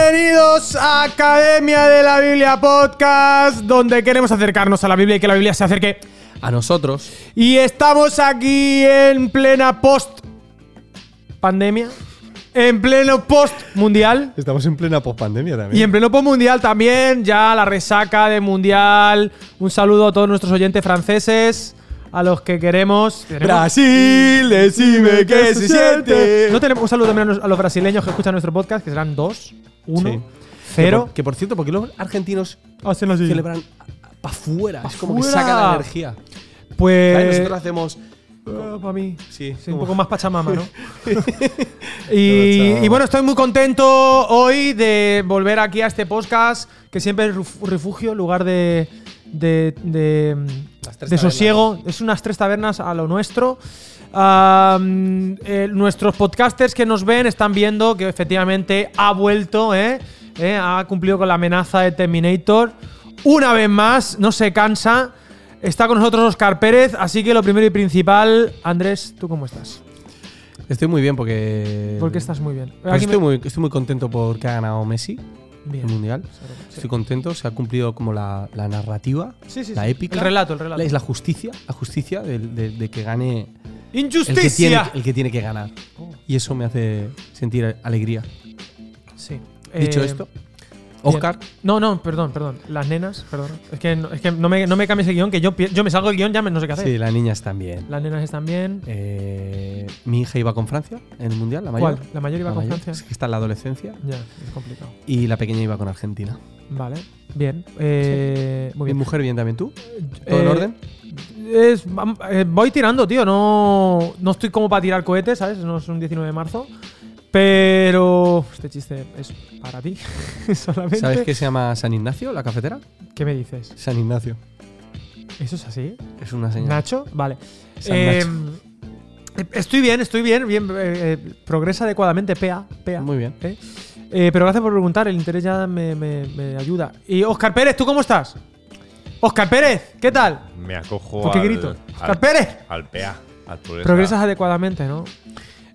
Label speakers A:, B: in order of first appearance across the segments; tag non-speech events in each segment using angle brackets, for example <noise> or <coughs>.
A: Bienvenidos a Academia de la Biblia Podcast, donde queremos acercarnos a la Biblia y que la Biblia se acerque.
B: a nosotros.
A: Y estamos aquí en plena post pandemia, en pleno post mundial.
C: Estamos en plena pospandemia también.
A: Y en pleno post mundial también, ya la resaca de mundial. Un saludo a todos nuestros oyentes franceses, a los que queremos. Tenemos-
C: Brasil, decime qué se siente.
A: No tenemos un saludo también a los- a los brasileños que escuchan nuestro podcast, que serán dos, uno,
C: Sí.
A: cero. Ah,
B: Que por cierto, porque los argentinos
A: Hacen así.
B: celebran para afuera. Es como que
A: fuera.
B: sacan la energía. Ahí
A: Pues.
B: nosotros hacemos.
A: para mí.
B: Sí,
A: Sí, un
B: como-
A: poco más pachamama, ¿no?
B: <laughs>
A: y,
C: chao.
A: y bueno, estoy muy contento hoy de volver aquí a este podcast, que siempre es ruf- refugio, lugar de. de. de,
B: Las tres
A: de
B: tabernas.
A: sosiego. Es unas tres tabernas a lo nuestro. Am, eh, nuestros podcasters que nos ven están viendo que efectivamente ha vuelto, ¿eh? ¿Eh? ha cumplido con la amenaza de Terminator. Una vez más, no se cansa. Está con nosotros Oscar Pérez, así que lo primero y principal, Andrés, ¿tú cómo estás?
B: Estoy muy bien porque.
A: Porque estás muy bien.
B: Pues
A: Aquí
B: estoy,
A: me-
B: muy, estoy muy contento porque ha ganado Messi
A: Bien.
B: el mundial. Estoy contento, se ha cumplido como la, la narrativa,
A: Sí, sí,
B: la
A: sí.
B: épica.
A: El relato, el relato.
B: La- Es la justicia, la justicia del- de, de que gane el que, tiene,
A: ¡Injusticia!
B: el que tiene que ganar. Y eso me hace sentir alegría.
A: Sí.
B: Oh. Dicho
A: Eh,
B: esto, Oscar,
A: bien. No, no, perdón, perdón. Las nenas, perdón. Es que no, es que no, me, no me cambies el guión, que yo, pi- yo me salgo del guión, ya me- no sé qué hacer.
B: sí, las niñas también.
A: Las nenas están bien.
B: Eh, mi hija iba con Francia en el mundial, la mayor.
A: ¿Cuál? ¿La mayor iba con Francia?
B: Es que está en la adolescencia.
A: Ya, es complicado.
B: Y la pequeña iba con Argentina.
A: Vale. Bien. Eh, Muy
B: Mi
A: bien.
B: mujer bien también, ¿tú? ¿Todo en
A: Eh, <laughs>
B: orden?
A: Es- vam- eh, voy tirando, tío. No, no estoy como para tirar cohetes, ¿sabes? No es un 19 de marzo. Pero este chiste es para ti. <laughs> solamente.
B: ¿Sabes qué se llama San Ignacio, la cafetera?
A: ¿Qué me dices?
B: San Ignacio.
A: ¿Eso es así?
B: Es una señal.
A: ¿Nacho? Vale.
B: San
A: Eh, Estoy bien, estoy bien. bien eh, eh, progresa adecuadamente. PA. PA.
B: Muy bien.
A: ¿eh? Eh, pero gracias por preguntar. El interés ya me, me- me ayuda. Y Oscar Pérez, ¿tú cómo estás? Oscar Pérez, ¿qué tal?
C: Me acojo
A: em- ¿Por qué
C: al-
A: grito?
C: Al,
A: ¡Oscar Pérez!
C: al PA, al progresa.
A: Progresas adecuadamente, ¿no?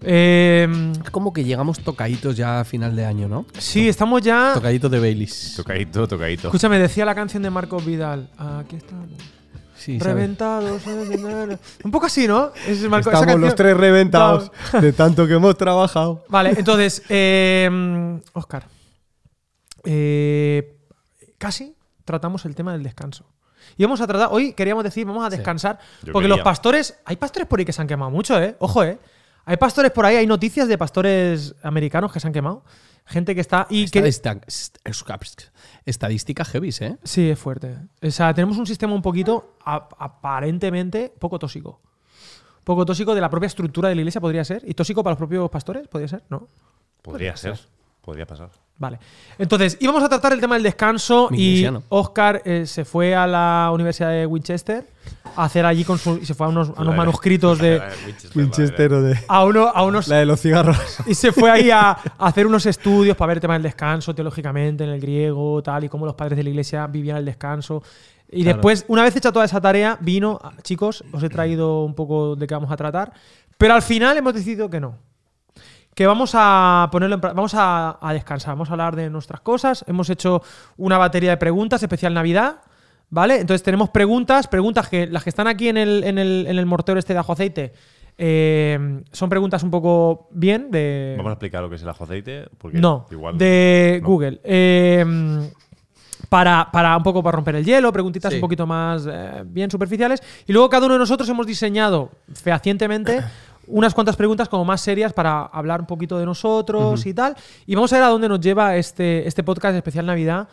A: Eh,
B: Como que llegamos tocaditos ya a final de año, ¿no?
A: Sí, estamos ya.
B: Tocaditos de Baileys.
C: Tocadito, tocadito.
A: Escúchame, decía la canción de Marcos Vidal. Aquí estamos.
B: Sí, ¿sabes?
A: Reventados. Un poco así, ¿no? Es Marco- esa
C: Estamos los
A: canción.
C: tres reventados
A: <laughs>
C: de tanto que hemos trabajado.
A: Vale, entonces, eh, Oscar. Eh, casi tratamos el tema del descanso. Y vamos a tratar. Hoy queríamos decir, vamos a descansar.
C: Yo
A: Porque
C: quería.
A: los pastores. Hay pastores por ahí que se han quemado mucho, ¿eh? Ojo, ¿eh? Hay pastores por ahí, hay noticias de pastores americanos que se han quemado. Gente que está. Y que,
B: Estadista- est- escaps- Estadística heavy, ¿eh?
A: Sí, es fuerte. O sea, tenemos un sistema un poquito a- aparentemente poco tóxico. Poco tóxico de la propia estructura de la iglesia podría ser. ¿Y tóxico para los propios pastores? ¿Podría ser? ¿No?
C: Podría ser, podría pasar.
A: Vale. Entonces, íbamos a tratar el tema del descanso
B: Mi
A: y
B: iglesia no.
A: Oscar eh, se fue a la Universidad de Winchester a hacer allí con su. y se fue a unos, a unos manuscritos de.
C: <laughs> Winchester o de.
A: A, uno, a unos
C: La de los cigarros.
A: y se fue ahí a, a hacer unos estudios para ver el tema del descanso teológicamente en el griego, tal, y cómo los padres de la iglesia vivían el descanso. Y después, una vez hecha toda esa tarea, vino, "Ah, chicos, os he traído un poco de qué vamos a tratar, pero al final hemos decidido que no. Que vamos a ponerlo en pra- vamos a, a descansar, vamos a hablar de nuestras cosas. Hemos hecho una batería de preguntas, especial Navidad. ¿Vale? Entonces tenemos preguntas, preguntas que las que están aquí en el, en el, en el mortero este de ajo aceite eh, son preguntas un poco bien de...
C: Vamos a explicar lo que es el ajo aceite. Porque
A: No,
C: igual
A: de
C: no.
A: Google. Eh, para, para un poco para romper el hielo, preguntitas
B: Sí.
A: un poquito más eh, bien superficiales. Y luego cada uno de nosotros hemos diseñado fehacientemente
C: <clears throat>
A: unas cuantas preguntas como más serias para hablar un poquito de nosotros y tal. Y vamos a ver a dónde nos lleva este, este podcast especial Navidad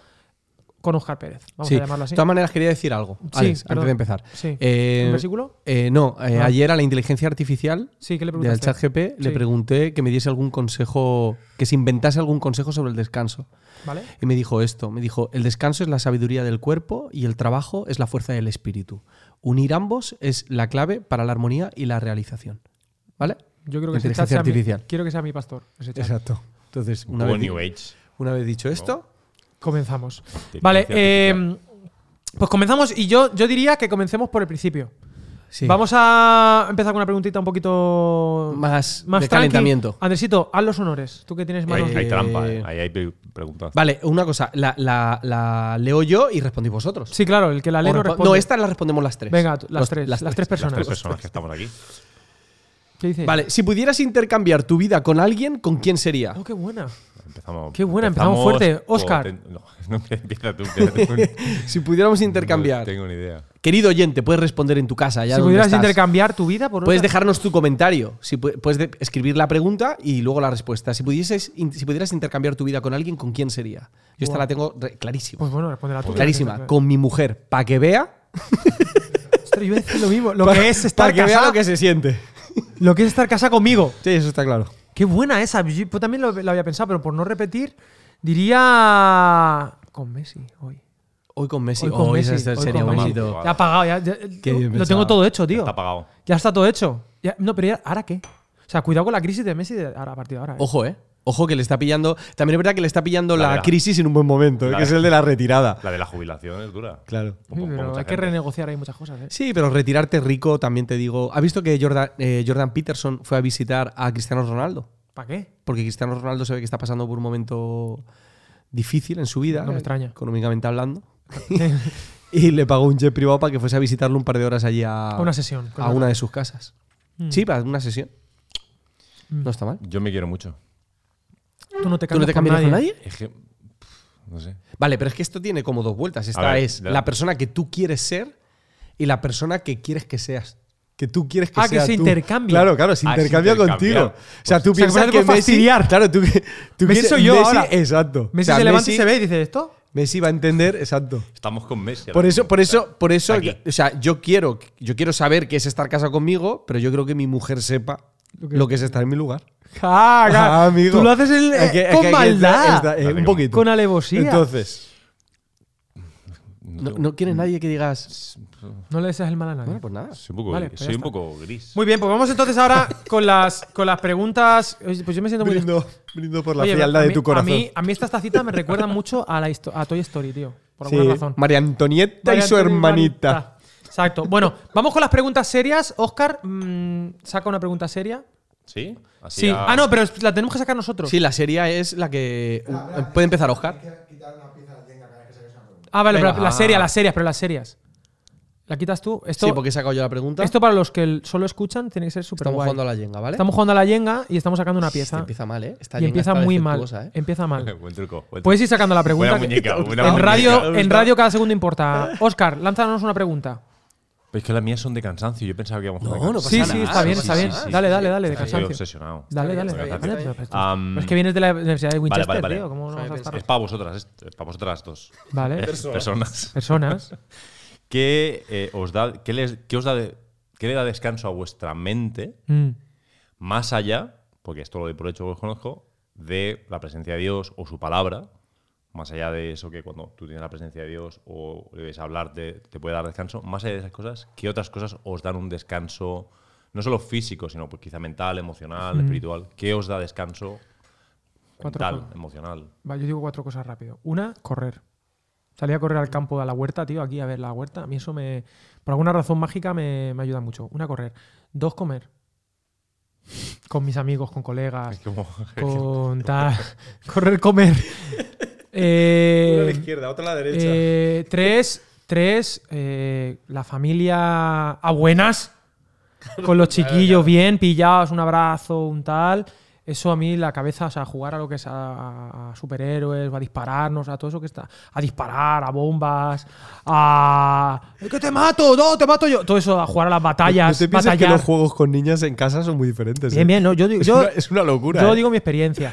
A: con Oscar Pérez. Vamos
B: Sí.
A: a llamarlo así.
B: De todas maneras, quería decir algo,
A: Sí,
B: Alex,
A: perdón.
B: antes de empezar.
A: Sí.
B: Eh,
A: ¿Un versículo?
B: eh, no, eh,
A: Ah.
B: ayer a la inteligencia artificial
A: Sí, ¿qué le
B: de al
A: preguntaste?
B: ChatGP le
A: Sí.
B: pregunté que me diese algún consejo, que se inventase algún consejo sobre el descanso.
A: ¿Vale?
B: Y me dijo esto, me dijo, el descanso es la sabiduría del cuerpo y el trabajo es la fuerza del espíritu. Unir ambos es la clave para la armonía y la realización. ¿Vale?
A: Yo creo que ese chat
B: inteligencia
A: sea mi-
B: artificial.
A: quiero que sea mi pastor. ese chat.
C: Exacto.
B: Entonces,
C: Un
B: una
C: poco
B: vez,
C: New
B: di-
C: Age.
B: una vez dicho esto,
A: Comenzamos. em, Vale, eh, pues comenzamos y yo, yo diría que comencemos por el principio.
B: Sí.
A: Vamos a empezar con una preguntita un poquito
B: Más de
A: tranqui.
B: calentamiento.
A: Andresito, haz los honores. Tú que tienes manos.
C: Hay, hay
B: Eh,
C: trampa, eh. Ahí hay pre- preguntas.
B: Vale, una cosa, la, la- la leo yo y respondéis vosotros.
A: Sí, claro, el que la lee
B: O
A: no
B: respo-
A: responde.
B: No, esta la respondemos las tres.
A: Venga, tú, las,
B: Los-
A: tres, las, tres,
C: Las
A: personas.
C: tres personas que estamos aquí.
A: ¿Qué dices?
B: Vale, si pudieras intercambiar tu vida con alguien, ¿con quién sería?
A: Oh, qué buena.
C: Empezamos.
A: Qué buena, empezamos fuerte. Óscar.
C: poten- <laughs> No, no, empieza tú. que
A: <laughs>
C: no tengo-
B: Si pudiéramos
C: No
B: intercambiar.
C: tengo ni idea.
B: Querido oyente, puedes responder en tu casa. Ya
A: si
B: donde
A: pudieras
B: estás.
A: intercambiar tu vida por
B: Puedes
A: otra-
B: dejarnos tu comentario. Si pu- puedes de- escribir la pregunta y luego la respuesta. Si, pudieses, in- si pudieras intercambiar tu vida con alguien, ¿con quién sería? Yo esta
A: Buah.
B: la tengo re- clarísima.
A: Pues bueno, respóndela tú.
B: clarísima. Con mi mujer, para que vea.
A: Ostras, yo iba a decir lo mismo.
B: <laughs>
A: Lo
B: pa-
A: que es
B: pa'
A: estar
B: que vea
A: casada.
B: lo que se siente.
A: Lo que es estar casada conmigo.
B: Sí, eso está claro.
A: Qué buena esa. Yo yo también lo, lo había pensado, pero por no repetir, diría. Con Messi hoy.
B: Hoy con Messi.
A: Hoy con
B: Hoy
A: Messi,
B: ese
A: hoy
B: sería
A: con
B: un
A: Messi.
B: éxito.
A: Ya ha pagado, ya, ya-
B: Qué bien
A: lo
B: pensado.
A: tengo todo hecho, tío.
C: Está apagado.
A: Ya está todo hecho. Ya- no, pero ya- ¿ahora qué? O sea, cuidado con la crisis de Messi de ahora, a partir de ahora. ¿eh?
B: Ojo, eh. Ojo que le está pillando. También es verdad que le está pillando
C: La
B: la,
C: de la-
B: crisis en un buen momento, eh,
C: la
B: que
C: de-
B: es el de la retirada.
C: La de la jubilación es dura.
B: Claro.
A: Sí, pero hay que renegociar ahí muchas cosas. ¿eh?
B: Sí, pero retirarte rico también te digo. ¿Has visto que Jordan, eh, Jordan Peterson fue a visitar a Cristiano Ronaldo?
A: ¿Para qué?
B: Porque Cristiano Ronaldo se ve que está pasando por un momento difícil en su vida,
A: No me
B: eh,
A: extraña.
B: económicamente
A: <laughs>
B: hablando. <laughs> y le pagó un jet privado para que fuese a visitarlo un par de horas allí a,
A: A una sesión, con
B: Ah, a
A: Ronaldo.
B: una de sus casas.
A: Mm.
B: Sí, para una sesión. No está mal.
C: Yo me quiero mucho.
A: Tú no te cambias,
B: ¿Tú no te cambiarías con nadie?
C: Es que. pff, No sé.
B: Vale, pero es que esto tiene como dos vueltas.
C: A
B: Esta
C: ver,
B: es
C: la-
B: la persona que tú quieres ser y la persona que quieres que seas. Que tú quieres que
A: Ah, que
B: sea
A: se
B: tú.
A: intercambia.
B: Claro, claro, se
C: Ah, se
B: intercambia
C: intercambia.
B: contigo. o sea, tú
A: O sea, que
B: piensas
A: parece
B: que
A: que
B: Messi.
A: fastidiar.
B: Claro, tú, que- tú
A: Messi
B: que-
A: soy yo
B: Messi,
A: ahora.
B: Exacto.
A: Messi
B: O sea,
A: se levanta
B: Messi-
A: y se ve y dice
B: <laughs>
A: esto.
B: Messi va a entender, exacto.
C: Estamos con Messi.
B: Por eso, por eso, por eso,
C: Aquí.
B: o sea, yo quiero, yo quiero saber qué es estar casado conmigo, pero yo creo que mi mujer sepa
A: Lo que-
B: lo que es estar en mi lugar.
A: Ja, ja.
B: Ah, amigo.
A: Tú lo haces en-
B: Es que- es
A: con
B: que aquí está-
A: maldad.
B: está- eh,
C: Dale,
B: un
C: con-
B: poquito.
A: con alevosía.
B: Entonces, Mm.
C: No,
B: no,
C: tengo-
B: no quieres nadie que digas.
A: No le deseas el mal a nadie.
B: Bueno, pues nada.
C: Soy un poco,
A: Vale,
C: gris,
A: pues ya
C: soy un
A: está.
C: poco gris.
A: Muy bien, pues vamos entonces ahora con las, con las preguntas. Oye, Pues yo me siento muy.
B: Brindo, brindo por la
A: Oye,
B: frialdad
A: a
B: de
A: mí-
B: tu corazón.
A: A mí, a mí estas tacitas me recuerdan mucho a, la histo- a Toy Story, tío. Por alguna
B: Sí,
A: razón.
B: María Antonieta y
A: María
B: su
A: Antonia
B: hermanita.
A: Exacto. Bueno, vamos con las preguntas serias. Oscar, saca una pregunta seria.
C: ¿Sí? Así
A: Sí.
C: a-
A: Ah, no, pero la tenemos que sacar nosotros.
B: Sí, la serie es la que. eh, Puede empezar Oscar.
A: Ah, vale,
B: Venga.
A: pero la- la serie, las serias, pero las serias. ¿La quitas tú? Esto,
B: Sí, porque he sacado yo la pregunta.
A: esto para los que l- solo escuchan tiene que ser súper
B: Estamos jugando a la Jenga, ¿vale?
A: Estamos jugando a la Yenga y estamos sacando una
B: Este
A: pieza.
B: empieza mal, ¿eh? Esta
A: y
B: Jenga
A: empieza
B: está
A: muy mal.
B: defectuosa, ¿eh?
A: Empieza pues
B: <laughs>
A: mal.
C: <laughs> buen truco. buen
A: Puedes
C: truco.
A: ir sacando la pregunta.
C: Buena
A: que-
C: muñeca, buena
A: en,
C: muñeca.
A: radio, en radio cada segundo importa. Oscar, lánzanos una pregunta.
C: Pero es que las mías son de cansancio. Yo pensaba que íbamos a
B: No,
C: jugar de
B: no
C: cansancio.
A: Sí,
B: pasa
A: sí,
B: nada,
A: está bien,
B: sí,
A: está
B: sí,
A: bien.
B: sí,
A: dale,
B: sí.
A: dale, dale, de
C: Estoy
A: cansancio.
C: obsesionado.
A: Dale, dale.
C: bien,
A: dale,
C: está bien.
A: dale, pero-
C: Am,
A: es que vienes de la Universidad de Winchester,
C: vale, vale.
A: tío. ¿Cómo no vas a estar?
C: Es para vosotras, es es para vosotras dos.
A: Vale.
C: Eh, Personas.
A: Personas.
C: ¿Qué, eh, os da, qué, les, qué os da de- qué le da descanso a vuestra mente
A: Mm.
C: más allá, porque esto lo de por hecho que os conozco, de la presencia de Dios o su palabra, más allá de eso que cuando tú tienes la presencia de Dios o le ves hablar te, te puede dar descanso, más allá de esas cosas, ¿qué otras cosas os dan un descanso, no solo físico, sino pues quizá mental, emocional, espiritual? ¿Qué os da descanso
A: Cuatro
C: mental,
A: cosas.
C: emocional?
A: Va, yo digo cuatro cosas rápido. Una, correr. Salí a correr al campo, a la huerta, tío, aquí a ver la huerta. A mí eso me. Por alguna razón mágica me, me ayuda mucho. Una, correr. Dos, comer. Con mis amigos, con colegas.
C: Como-
A: con tal. <laughs> Correr,
B: <laughs>
A: comer. Eh,
B: izquierda, otra a la
A: eh, tres, tres eh, la familia a
B: <laughs>
A: buenas, con los chiquillos bien pillados, un abrazo, un tal. Eso a mí la cabeza, o sea, jugar a lo que es a, a superhéroes, a dispararnos, a todo eso que está. A disparar, a bombas, a. ¡Que te mato! ¡No, te mato yo! Todo eso, a jugar a las batallas.
B: No te pienses que
A: batallar.
B: los juegos con niñas en casa son muy diferentes.
A: Bien,
B: ¿eh?
A: bien, no, yo digo-
B: Es,
A: yo-
B: una, es una locura.
A: Yo
B: ¿eh?
A: digo mi experiencia.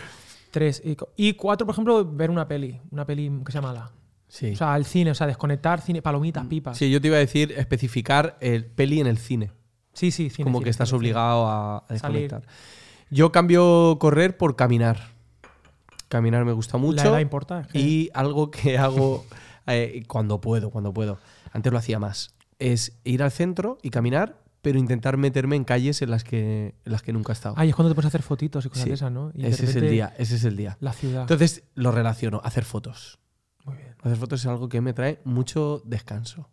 A: Tres. Y, co- y cuatro, por ejemplo, ver una peli. Una peli que sea mala.
B: Sí.
A: O sea, el cine, o sea, desconectar cine, palomitas,
C: Mm.
A: pipas.
B: Sí, yo te iba a decir especificar el peli en el cine.
A: Sí, sí, cine,
B: como
A: cine,
B: que estás
A: cine, cine.
B: obligado a, a desconectar. Yo cambio correr por caminar. Caminar me gusta mucho.
A: edad eh. importa, es que-
B: Y algo que <laughs> hago eh, cuando puedo, cuando puedo. Antes lo hacía más. Es ir al centro y caminar, pero intentar meterme en calles en las que, en las que nunca he estado.
A: Ay, es cuando te pones a hacer fotitos y cosas
B: Sí.
A: de esas, ¿no? Y de
B: ese es el
A: repente,
B: día, ese es el día.
A: La ciudad.
B: Entonces lo relaciono, hacer fotos.
A: Muy bien.
B: Hacer fotos es algo que me trae mucho descanso.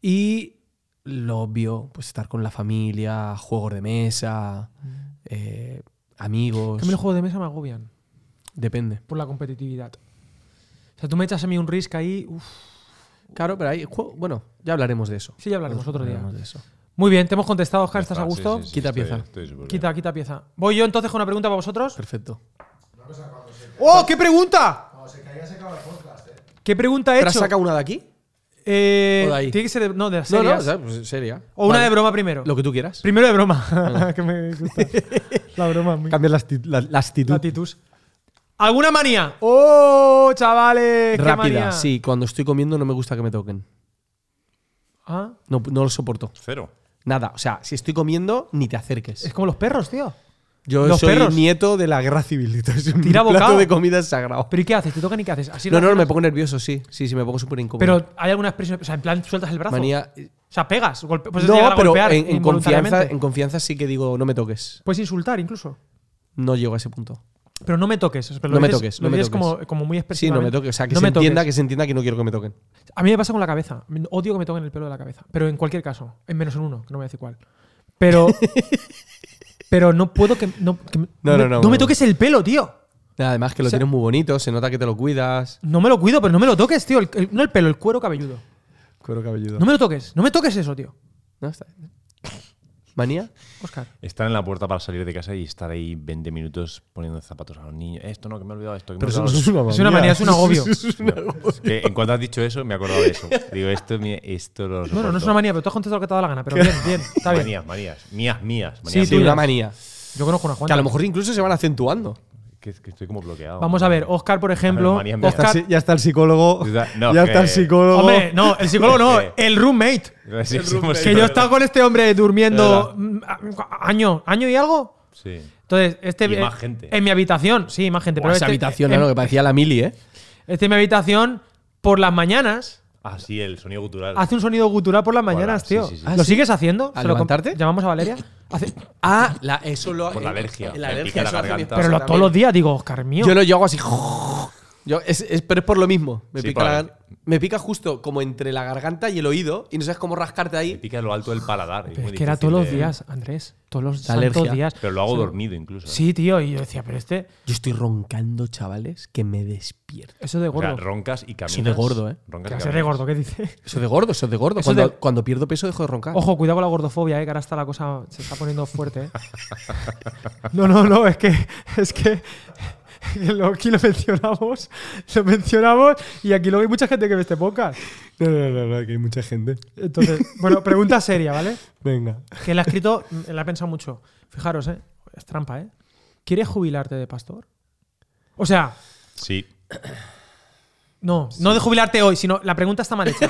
B: Y lo obvio, pues estar con la familia, juegos de mesa,
A: Mm.
B: eh, amigos.
A: Que a mí los juegos de mesa me agobian
B: Depende.
A: por la competitividad. O sea, tú me echas a mí un risk ahí. uf.
B: Claro, pero hay jue- Bueno, ya hablaremos de eso.
A: Sí, ya hablaremos otro día.
B: Hablaremos de eso.
A: Muy bien, te hemos contestado, Oscar.
C: Ya
A: ¿Estás
C: está,
A: a
C: sí,
A: gusto?
C: sí, sí,
B: Quita
C: estoy-
B: pieza.
C: estoy súper bien.
A: Quita, quita pieza. Voy yo entonces con una pregunta para vosotros.
B: Perfecto.
A: ¡Oh, qué pregunta!
D: No, se caía, se acaba el podcast, eh.
A: ¿Qué pregunta he
B: ¿Te has
A: hecho?
B: sacado una de aquí?
A: Eh,
B: ¿O de ahí?
A: Tiene que ser de, no, de las
B: No, no,
A: series.
B: o sea, pues seria.
A: o una
B: Vale.
A: de broma primero.
B: Lo que tú quieras.
A: Primero de
B: <laughs>
A: broma. <laughs> que me gusta. La broma. muy-
B: Cambia la, acti- la- la actitud.
A: La titus. ¿Alguna manía? ¡Oh, chavales! ¡Qué
B: Rápida,
A: manía!
B: sí. Cuando estoy comiendo no me gusta que me toquen.
A: Ah,
B: No, no lo soporto.
C: Cero.
B: Nada, o sea, si estoy comiendo, ni te
A: es
B: acerques.
A: como los perros, tío.
B: Yo
A: Los
B: soy
A: perros.
B: nieto de la guerra civil. Entonces, <laughs> mi
A: Tira bocado.
B: plato de comida es sagrado.
A: ¿Pero y qué haces? ¿Te tocan y qué haces? Así
B: No, no, no,
A: reaccionas.
B: me pongo nervioso, sí. Sí, sí, me pongo súper incómodo.
A: Pero Pues hay alguna expresión. O sea, en plan, sueltas el brazo.
B: Manía.
A: O sea, pegas. golpe- puedes
B: no,
A: llegar a
B: pero
A: golpear
B: en, en confianza,
A: involuntariamente.
B: en confianza sí que digo, no me toques.
A: Puedes insultar incluso.
B: No llego a ese punto.
A: Pero no me toques. o sea, pero
B: No
A: lo
B: me
A: dices-
B: toques,
A: lo
B: no me
A: dices
B: toques.
A: Como, como muy
B: Sí, no
A: expresivamente.
B: me toques. O sea, que
A: No
B: se
A: me toques.
B: entienda, que se entienda que no quiero que me toquen.
A: A mí me pasa con la cabeza. Odio que me toquen el pelo de la cabeza. Pero en cualquier caso, en menos en uno, que no voy a decir cuál.
B: <laughs>
A: Pero. pero no puedo que. No, que me-
B: No,
A: me-
B: no, no, bueno.
A: me toques el pelo, tío.
B: Además que lo
A: O sea-
B: tienes muy bonito, se nota que te lo cuidas.
A: No me lo cuido, pero no me lo toques, tío. El- el- no el pelo, el cuero cabelludo.
B: Cuero cabelludo.
A: No me lo toques. No me toques eso, tío.
B: No, está bien. ¿Manía?
A: Oscar.
C: Estar en la puerta para salir de casa y estar ahí 20 minutos poniendo zapatos a los niños. Esto no, que me he olvidado esto. que me he
B: Pero eso,
C: olvidado
B: es una manía.
A: Es una manía, es un
B: <laughs>
A: agobio.
C: esto. Es que en cuanto has dicho eso, me he acordado de eso. Digo, esto, mi- esto lo
A: Bueno, no es
C: soporto.
A: una manía, pero tú has contestado lo que te ha dado la gana. Pero bien,
B: <laughs>
A: bien. Está bien.
C: Manías, manías. Mías, mías.
A: Sí,
C: Manías.
B: Sí,
A: tú-
B: una manía.
A: Yo conozco una
B: Que a
A: cuanta.
B: lo mejor incluso se van acentuando.
C: Que, que estoy como bloqueado.
A: Vamos a ver, Oscar, por ejemplo.
C: manías mías.
A: Oscar.
B: Ya está el psicólogo.
C: No, ya que- está el psicólogo.
A: Hombre, no, el psicólogo
B: <laughs>
A: no,
C: Sí.
A: el roommate.
C: <laughs> Sí, sí, hemos-
A: Que yo he estado con este hombre durmiendo mm, a- año, año y algo.
C: Sí.
A: Entonces, este.
C: Y
A: eh,
C: más gente.
A: En mi habitación, sí, más gente. pero
B: esa
A: este-
B: habitación,
A: en-
B: ¿no? que parecía la mili, ¿eh?
A: Este en mi habitación, por las mañanas,
C: Ah, sí, el sonido gutural.
A: hace un sonido gutural por las mañanas,
C: sí,
A: tío.
C: sí, sí.
B: Ah,
A: ¿Lo
B: sí.
A: sigues haciendo?
B: ¿A
A: Se lo com-
B: levantarte?
A: Llamamos a
C: <laughs>
A: Valeria. Hace-
B: Ah, la- eso lo
C: Por la alergia.
B: La
C: Me
B: alergia,
C: pica la
B: eso lo hace mi
C: garganta.
B: esposa
A: pero lo- todos
B: también.
A: los días digo, Oscar mío.
B: Yo lo yo hago así. Yo- es, es- pero es por lo mismo. Me,
C: Sí,
B: pica la
C: para-
B: gar- me pica justo como entre la garganta y el oído y no sabes cómo rascarte
C: Me
B: ahí.
C: pica lo alto del paladar.
A: Pero es
C: muy
A: que era
C: difícil
A: todos los
C: de-
A: días, Andrés. Todos los
B: La
A: santos
B: alergia.
A: días.
C: Pero lo hago dormido incluso. ¿eh?
A: Sí, tío. Y yo decía, pero este.
B: Yo estoy roncando, chavales, que me despierto.
A: Eso de
C: O sea,
A: gordo.
C: roncas y caminas.
B: Eso de gordo, ¿eh?
C: Roncas
A: ¿Qué
C: y
A: hace de
C: caminas.
A: gordo? ¿Qué dice?
B: Eso de gordo, eso de gordo.
A: Eso
B: cuando,
A: de- Oh.
B: cuando pierdo peso dejo de roncar.
A: Ojo, cuidado con la gordofobia, eh, que ahora está la cosa. Se está poniendo fuerte, eh. <laughs> No, no, no, es que. Es que. <laughs> lo- Aquí lo mencionamos. Lo mencionamos. Y aquí luego hay mucha gente que ve este podcast.
B: No, no, no, no, que hay mucha gente.
A: Entonces, bueno, pregunta seria, ¿vale?
B: Venga.
A: Que la ha escrito, mm, la ha pensado mucho. Fijaros, ¿eh? Es trampa, ¿eh? ¿Quieres jubilarte de pastor? O sea,
C: Sí.
A: no, no de jubilarte hoy, sino la pregunta está mal hecha.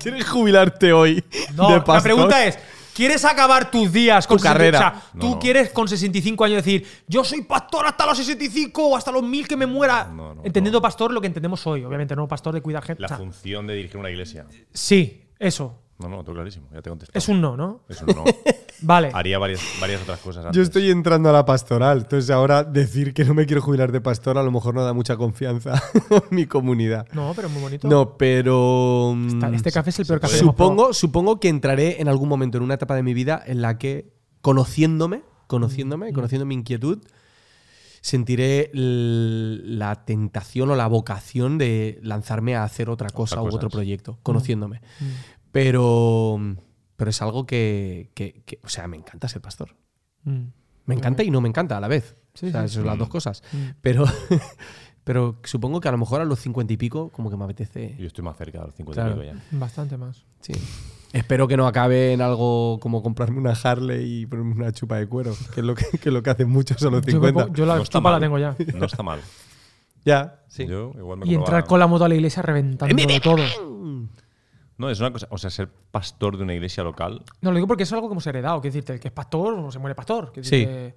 B: ¿Quieres jubilarte hoy?
A: No,
B: de
A: la
B: pastor?
A: pregunta es, ¿quieres acabar tus días con
B: Tu carrera.
A: O sea, tú
C: No.
A: quieres con 65 años decir, yo soy pastor hasta los 65 o hasta los 1000 que me muera.
C: No, no,
A: Entendiendo
C: no.
A: pastor lo que entendemos hoy, obviamente, no pastor de cuidar gente.
C: La
A: O sea,
C: función de dirigir una iglesia.
A: sí, eso.
C: No, no, todo clarísimo. Ya te contesté.
A: Es un no, ¿no?
C: Es un
A: <laughs>
C: no.
A: Vale.
C: Haría varias, varias otras cosas antes.
E: Yo estoy entrando a la pastoral, entonces ahora decir que no me quiero jubilar de pastor a lo mejor no da mucha
B: <laughs>
E: confianza a mi comunidad.
A: No, pero muy bonito.
E: No, pero... mm,
A: Está- Este café es el peor café que hemos probado.
B: Supongo, supongo que entraré en algún momento en una etapa de mi vida en la que, conociéndome, conociéndome, conociendo mi inquietud, sentiré l- la tentación o la vocación de lanzarme a hacer otra cosa u
C: cosas.
B: otro proyecto, conociéndome. Pero, pero es algo que, que- que- o sea, me encanta ser pastor.
A: Mm.
B: Me encanta y no me encanta a la vez.
A: Sí,
B: o sea,
A: sí, Mm.
B: son las dos cosas. Pero, <laughs> pero supongo que a lo mejor a los cincuenta y pico como que me apetece...
C: Yo estoy más cerca de los 50 y
B: Claro.
C: pico ya.
A: mm, Bastante más.
B: Sí. Espero que no acabe en algo como
E: Comprarme
B: comprarme
E: una Harley y ponerme una chupa de cuero, que es lo
B: <laughs>
E: que, que, es lo que hacen muchos a los
A: Yo, me
E: 50.
A: pongo- yo la
C: No está
A: chupa la
C: mal.
A: tengo
C: <laughs>
A: ya.
C: No está mal.
E: Ya.
C: Yo igual me
A: Y entrar
C: compraba-
A: con la moto a la iglesia reventando de todo.
C: No, es una cosa. O sea, ser pastor de una iglesia local,
A: No, lo digo porque es algo que hemos heredado. Que decirte, el que es pastor o se muere pastor. Que
B: Sí.
A: decirte-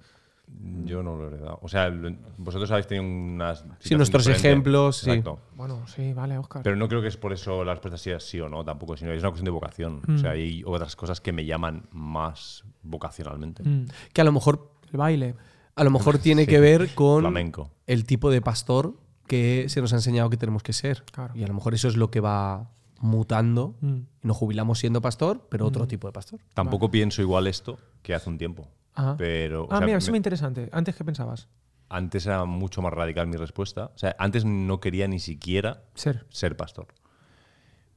C: yo no lo he heredado. O sea, lo- vosotros habéis tenido unas.
B: Sí,
C: situación
B: nuestros
C: diferente.
B: ejemplos, sí.
C: Exacto.
A: Bueno, sí, vale, Oscar.
C: Pero no creo que es por eso la respuesta sea sí o no, tampoco, sino es una cuestión de vocación. O sea, hay otras cosas que me llaman más vocacionalmente.
A: Mm.
B: que a lo mejor
A: el baile.
B: a lo
C: <laughs>
B: mejor tiene que ver con
C: Flamenco.
B: el tipo de pastor que se nos ha enseñado que tenemos que ser
A: Claro.
B: y a lo mejor eso es lo que va mutando
A: Mm.
B: y nos jubilamos siendo pastor, pero otro tipo de pastor.
C: Tampoco pienso igual esto que hace un tiempo.
A: Ajá.
C: Pero, o
A: ah,
C: sea,
A: mira, eso
C: me-
A: me interesante. Antes, ¿qué pensabas?
C: antes era mucho más radical mi respuesta. O sea, antes no quería ni siquiera
A: Ser
C: ser pastor.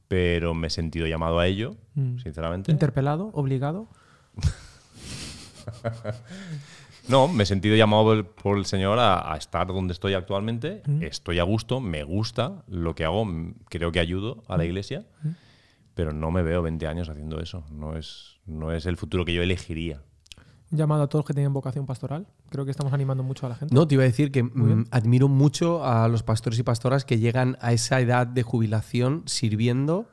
C: Pero me he sentido llamado a ello,
A: Mm.
C: sinceramente.
A: interpelado, obligado.
C: No, me he sentido llamado por el, por el Señor a, a estar donde estoy actualmente.
A: Mm.
C: Estoy a gusto, me gusta lo que hago, m- creo que ayudo
A: Mm.
C: a la iglesia, pero no me veo 20 años haciendo eso. No es, no es el futuro que yo elegiría.
A: Un llamado a todos los que tienen vocación pastoral. Creo que estamos animando mucho a la gente.
B: No, te iba a decir que mm, admiro mucho a los pastores y pastoras que llegan a esa edad de jubilación sirviendo,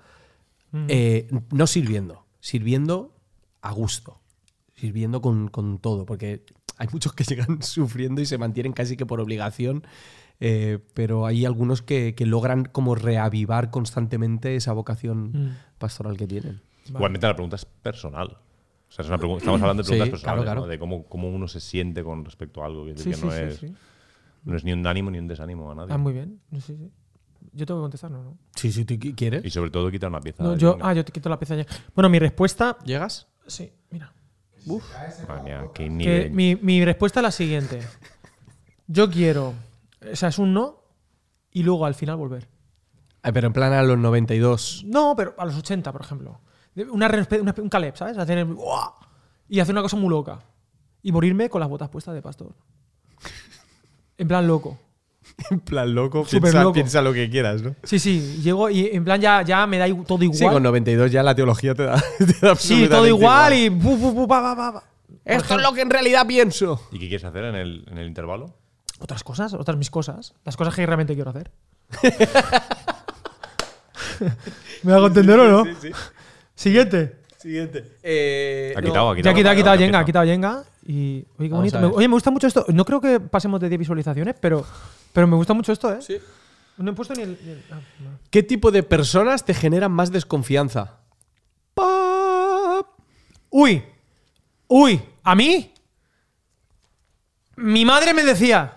A: Mm.
B: eh, no sirviendo, sirviendo a gusto, sirviendo con, con todo, porque hay muchos que <laughs> llegan sufriendo y se mantienen casi que por obligación, eh, pero hay algunos que, que logran como reavivar constantemente esa vocación
A: Mm.
B: pastoral que tienen.
C: Igualmente la pregunta es personal. O sea, es una pregunta- estamos hablando de
B: Sí,
C: preguntas
B: claro,
C: personales,
B: claro.
C: ¿no? de cómo, cómo uno se siente con respecto a algo. que
A: Sí,
C: que
A: sí,
C: no,
A: sí,
C: es,
A: sí.
C: no es ni un ánimo ni un desánimo a nadie.
A: Ah, muy bien. Sí, sí. Yo tengo que contestar, ¿no? no.
B: Sí, si tú qui- quieres.
C: y sobre todo quitar una pieza.
A: No,
C: de
A: yo,
C: Jenga.
A: ah, yo te quito la pestaña. Bueno, mi respuesta.
B: ¿Llegas?
A: Sí, mira.
C: Madre mía, qué
A: Que
C: nivel.
A: mi, mi respuesta es la siguiente. Yo quiero. O sea, es un no y luego al final volver.
B: Ah, pero en plan a los <laughs> 92.
A: No, pero a los 80, por ejemplo. De- Una, respe- una- un caleb, ¿sabes? Hacer el- ¡Uah! y hacer una cosa muy loca. Y morirme con las botas puestas de pastor. En plan loco.
F: En plan loco,
A: Súper
F: piensa,
A: loco.
F: piensa lo que quieras, ¿no?
A: Sí, sí. Llego y en plan ya, ya me da igu- todo igual.
B: Sí, con 92 ya la teología te da, <laughs> te da
A: Sí, todo
B: absolutamente
A: igual, y. bu, bu, bu, pa, pa, pa, pa.
B: Esto es lo que en realidad pienso.
C: ¿Y qué quieres hacer en el, en el intervalo?
A: Otras cosas, otras mis cosas. Las cosas que realmente quiero
B: <laughs>
A: hacer. ¿Me hago entender o no? Siguiente.
F: Siguiente.
B: Eh,
C: Ha quitado, ha
A: Ya
C: quitado.
A: ha quitado, ha quitado
C: la
A: Jenga, ha
C: pieza.
A: quitado Jenga. Y, oye, qué
B: Vamos
A: bonito.
B: a
A: Me-
B: ver.
A: oye, me gusta mucho esto. No creo que pasemos de 10 visualizaciones, pero, pero me gusta mucho esto, ¿eh?
B: Sí.
A: No he puesto ni el. ni el- ah, no.
B: ¿Qué tipo de personas te generan más desconfianza?
A: Uy, uy, ¿a mí? Mi madre me decía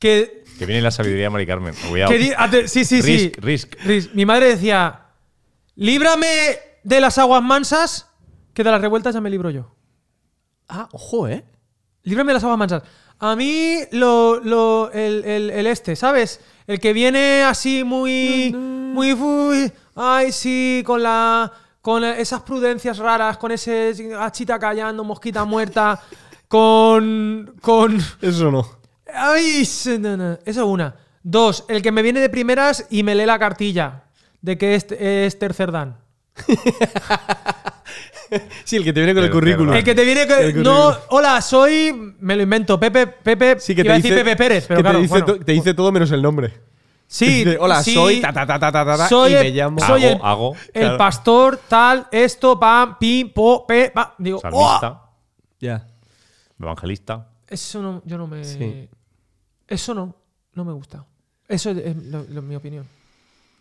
A: que
C: Que viene la sabiduría de Mari Carmen. Cuidado.
A: Que di- ate- sí, sí, sí.
C: Risk, risk.
A: Mi madre decía: Líbrame de las aguas mansas, que de las revueltas ya me libro yo.
B: Ah, ojo, ¿eh?
A: Líbrame de las aguas mansas. A mí, lo, lo- el, el- el este, ¿sabes? El que viene así muy. Muy. uy, ay, sí, con la. Con esas prudencias raras, con ese achita callando,
F: <laughs>
A: mosquita muerta, con. con
F: Eso no.
A: Ay, se- no, no. Eso una. Dos, el que me viene de primeras y me lee la cartilla de que es, es tercer dan.
B: Sí, el que te viene con el,
C: El
B: currículum.
C: Ferran.
A: El que te viene que.
F: El que
A: No,
F: te-
A: hola, soy. Me lo invento, Pepe, Pepe.
F: Sí, que
A: iba
F: te
A: a decir
F: dice-
A: Pepe Pérez, pero
F: que
A: claro.
F: te, dice
A: bueno.
F: to- te dice todo menos el nombre.
B: <laughs>
A: sí,
F: Dice, Hola,
A: sí,
F: soy. Ta, ta, ta, ta, ta, ta,
A: soy
F: y
A: el,
F: me llamo.
A: Pues soy
C: Hago,
A: el,
C: hago.
A: el pastor, tal, esto, pam, pim, po, pe, pa. Digo,
C: Salmista,
B: Ya.
C: evangelista.
A: "Oh, Eso no, yo no me.
B: Sí.
A: Eso no, no me gusta. Eso es, es lo- lo- mi opinión.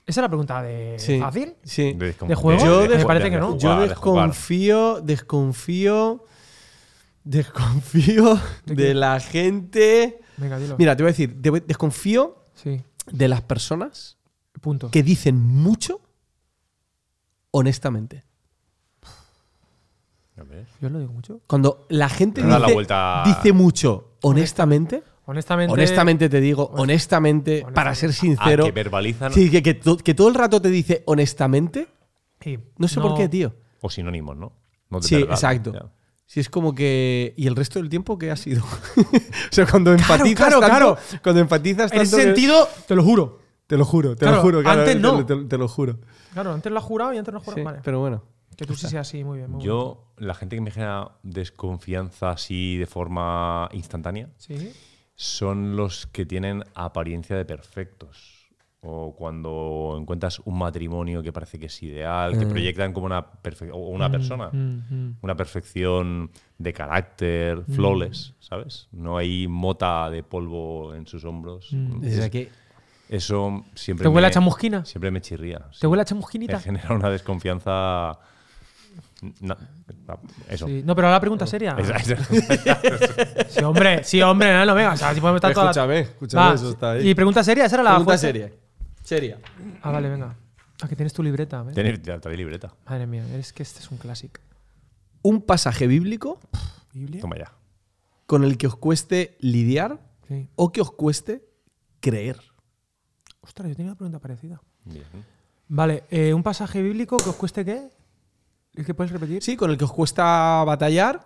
A: Esa es la pregunta de
B: Sí.
A: fácil.
B: Sí.
C: De, descon-
A: ¿De juego?
B: Yo
C: de-
B: me
C: de-
A: parece
C: de
A: que no.
B: Yo
C: jugar, de jugar.
B: desconfío, desconfío, desconfío
A: ¿De
B: de
A: qué?
B: la gente.
A: Venga, dilo.
B: Mira, te voy a decir, de- desconfío
A: Sí,
B: de las personas
A: punto.
B: que dicen mucho honestamente.
C: A ver.
A: Yo lo digo mucho.
B: Cuando la gente
C: Le da
B: dice,
C: la vuelta-
B: dice mucho honestamente,
A: Honestamente.
B: honestamente te digo, honestamente,
A: honestamente.
B: para ser
C: Ah,
B: sincero,
C: que verbalizan
B: sí, que, que to- que todo el rato te dice honestamente,
A: Sí.
B: no sé por qué, tío.
C: o sinónimos, ¿no? No de
B: Sí,
C: verdad,
B: exacto.
C: ya.
B: Si es como que. ¿Y el resto del tiempo qué ha sido?
F: O
B: <laughs>
F: sea, cuando enfatizas
A: claro,
F: tanto,
A: claro.
F: cuando enfatizas
A: En
F: tanto
A: ese
F: que-
A: sentido, te lo juro.
F: te lo juro, te
A: Claro,
F: lo juro, claro,
A: antes
F: te-
A: no.
F: te, te lo juro.
A: Claro, antes lo has jurado y antes no has jurado.
B: Sí,
A: vale.
B: Pero bueno.
A: que tú sí seas así, muy bien. muy bueno.
C: Yo, la gente que me genera desconfianza así de forma instantánea
A: Sí.
C: son los que tienen apariencia de perfectos. O cuando encuentras un matrimonio que parece que es ideal,
B: Mm.
C: que proyectan como una, perfe- o
A: Mm.
C: una persona. Una perfección de carácter, flawless,
A: Mm.
C: ¿sabes? No hay mota de polvo en sus hombros. Es-
B: Desde aquí.
C: Eso siempre
A: Mm. ¿Te huele
C: me,
A: a chamusquina?
C: Siempre me chirría. sí.
A: ¿Te huele a chamusquinita?
C: Me genera una desconfianza. No, eso. <laughs>
A: Sí. No, pero ahora la pregunta seria.
C: Esa- esa- <laughs>
A: Sí, hombre, sí, hombre, no, no, venga. O sea, si podemos estar toda la-
F: Escúchame, escúchame,
A: Va,
F: eso está ahí.
A: Y pregunta seria, esa era la
B: Pregunta
A: fuerza.
B: seria. Seria.
A: Ah, vale, venga. Ah, que tienes tu libreta. ¿ves?
C: Tener te- trae libreta.
A: Madre mía, es que este es un clásico.
B: Un pasaje bíblico
A: ¿Biblia?
C: Toma ya.
B: con el que os cueste lidiar
A: Sí.
B: o que os cueste creer.
A: Ostras, yo tenía una pregunta parecida.
C: Bien.
A: Vale, eh, ¿un pasaje bíblico que os cueste qué? ¿Es que puedes repetir?
B: Sí, con el que os cuesta batallar,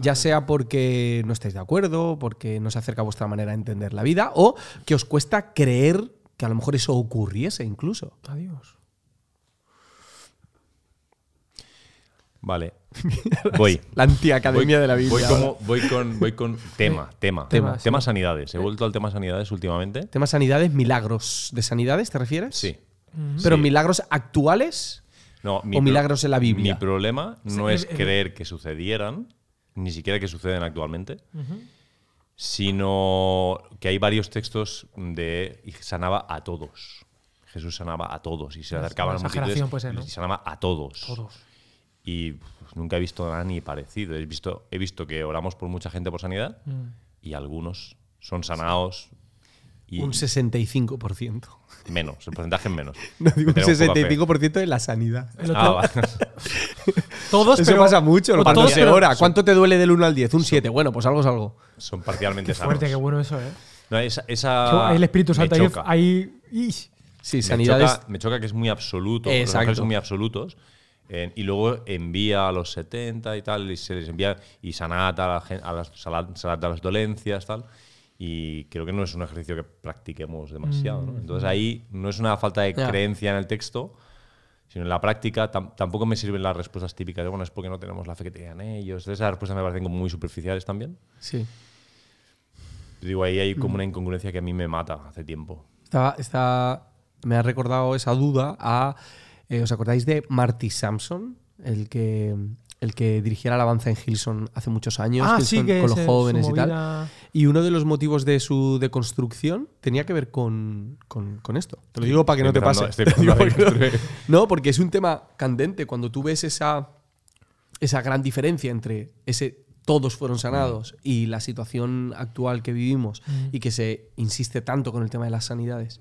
B: ya sea porque no estáis de acuerdo, porque no se acerca a vuestra manera de entender la vida, o que os cuesta creer que a lo mejor eso ocurriese incluso.
A: Adiós. <laughs>
C: Vale. Voy.
B: La antiacademia
C: Voy-
B: de la Biblia.
C: Voy, como- voy con,
A: <laughs>
C: voy con tema, tema.
A: Tema,
C: Tema,
A: sí.
C: sanidades. He vuelto al tema sanidades últimamente.
B: Tema sanidades, milagros. ¿De sanidades te refieres?
C: Sí.
B: Pero
C: Sí.
B: milagros actuales.
C: No,
B: O
C: pro-
B: milagros en la Biblia.
C: Mi problema no
A: el-
C: es
A: el-
C: creer que sucedieran, ni siquiera que suceden actualmente, sino que hay varios textos de y sanaba a todos. Jesús sanaba a todos y se
A: Una
C: acercaban a
A: exageración
C: multitudes
A: puede ser, ¿no?
C: y sanaba a todos.
A: Todos.
C: Y pues, nunca he visto nada ni parecido. He visto, he visto que oramos por mucha gente por sanidad y algunos son sanados y
B: Un 65%.
C: menos, el porcentaje es menos.
B: <laughs> No digo un
C: Tenemos poca fe.
B: 65% de la sanidad.
A: El otro-
C: Ah, va.
A: Todos,
B: Eso
A: pero-
B: pasa mucho, lo
A: o todos,
B: cuando se
A: pero-
B: ora. ¿Cuánto te duele del 1 al 10? Un 7. Bueno, pues algo es algo.
C: Son parcialmente sanos.
A: Fuerte, qué bueno eso, ¿eh?
C: No, esa, esa
A: Yo, ahí el Espíritu
C: Ah, me
A: Santo ahí-
C: choca.
A: ahí. ¡Ish!
B: Sí,
C: me,
B: sanidades.
C: choca, me choca que es muy absoluto. Los
B: Exacto.
C: ángeles son muy absolutos. eh, y luego envía a los 70 y tal, y se les envía y sanata a, la gen- a las, sanad- sanad a las dolencias, tal. Y creo que no es un ejercicio que practiquemos demasiado.
A: Mm.
C: ¿no? Entonces ahí no es una falta de
B: Ya.
C: creencia en el texto, sino en la práctica. Tam- tampoco me sirven las respuestas típicas. de, Bueno, es porque no tenemos la fe que tenían ellos. Entonces esas respuestas me parecen como muy superficiales también.
B: Sí.
C: Digo, ahí hay como una incongruencia que a mí me mata hace tiempo.
B: Está, está- me ha recordado esa duda a. eh, ¿Os acordáis de Marty Sampson? El que, el que dirigía la alabanza en Hilson hace muchos años.
A: Ah,
B: Hillsong
A: sí, que
B: con los
A: se- su
B: jóvenes y
A: movida-
B: tal. Y uno de los motivos de su deconstrucción tenía que ver con, con- con esto. Te lo digo para que no te
C: Estoy
B: pase. <laughs>
C: empezando- estoy empezando a
B: Digo,
C: deconstruir.
B: no, porque es un tema candente. Cuando tú ves esa, esa gran diferencia entre ese todos fueron sanados y la situación actual que vivimos y que se insiste tanto con el tema de las sanidades.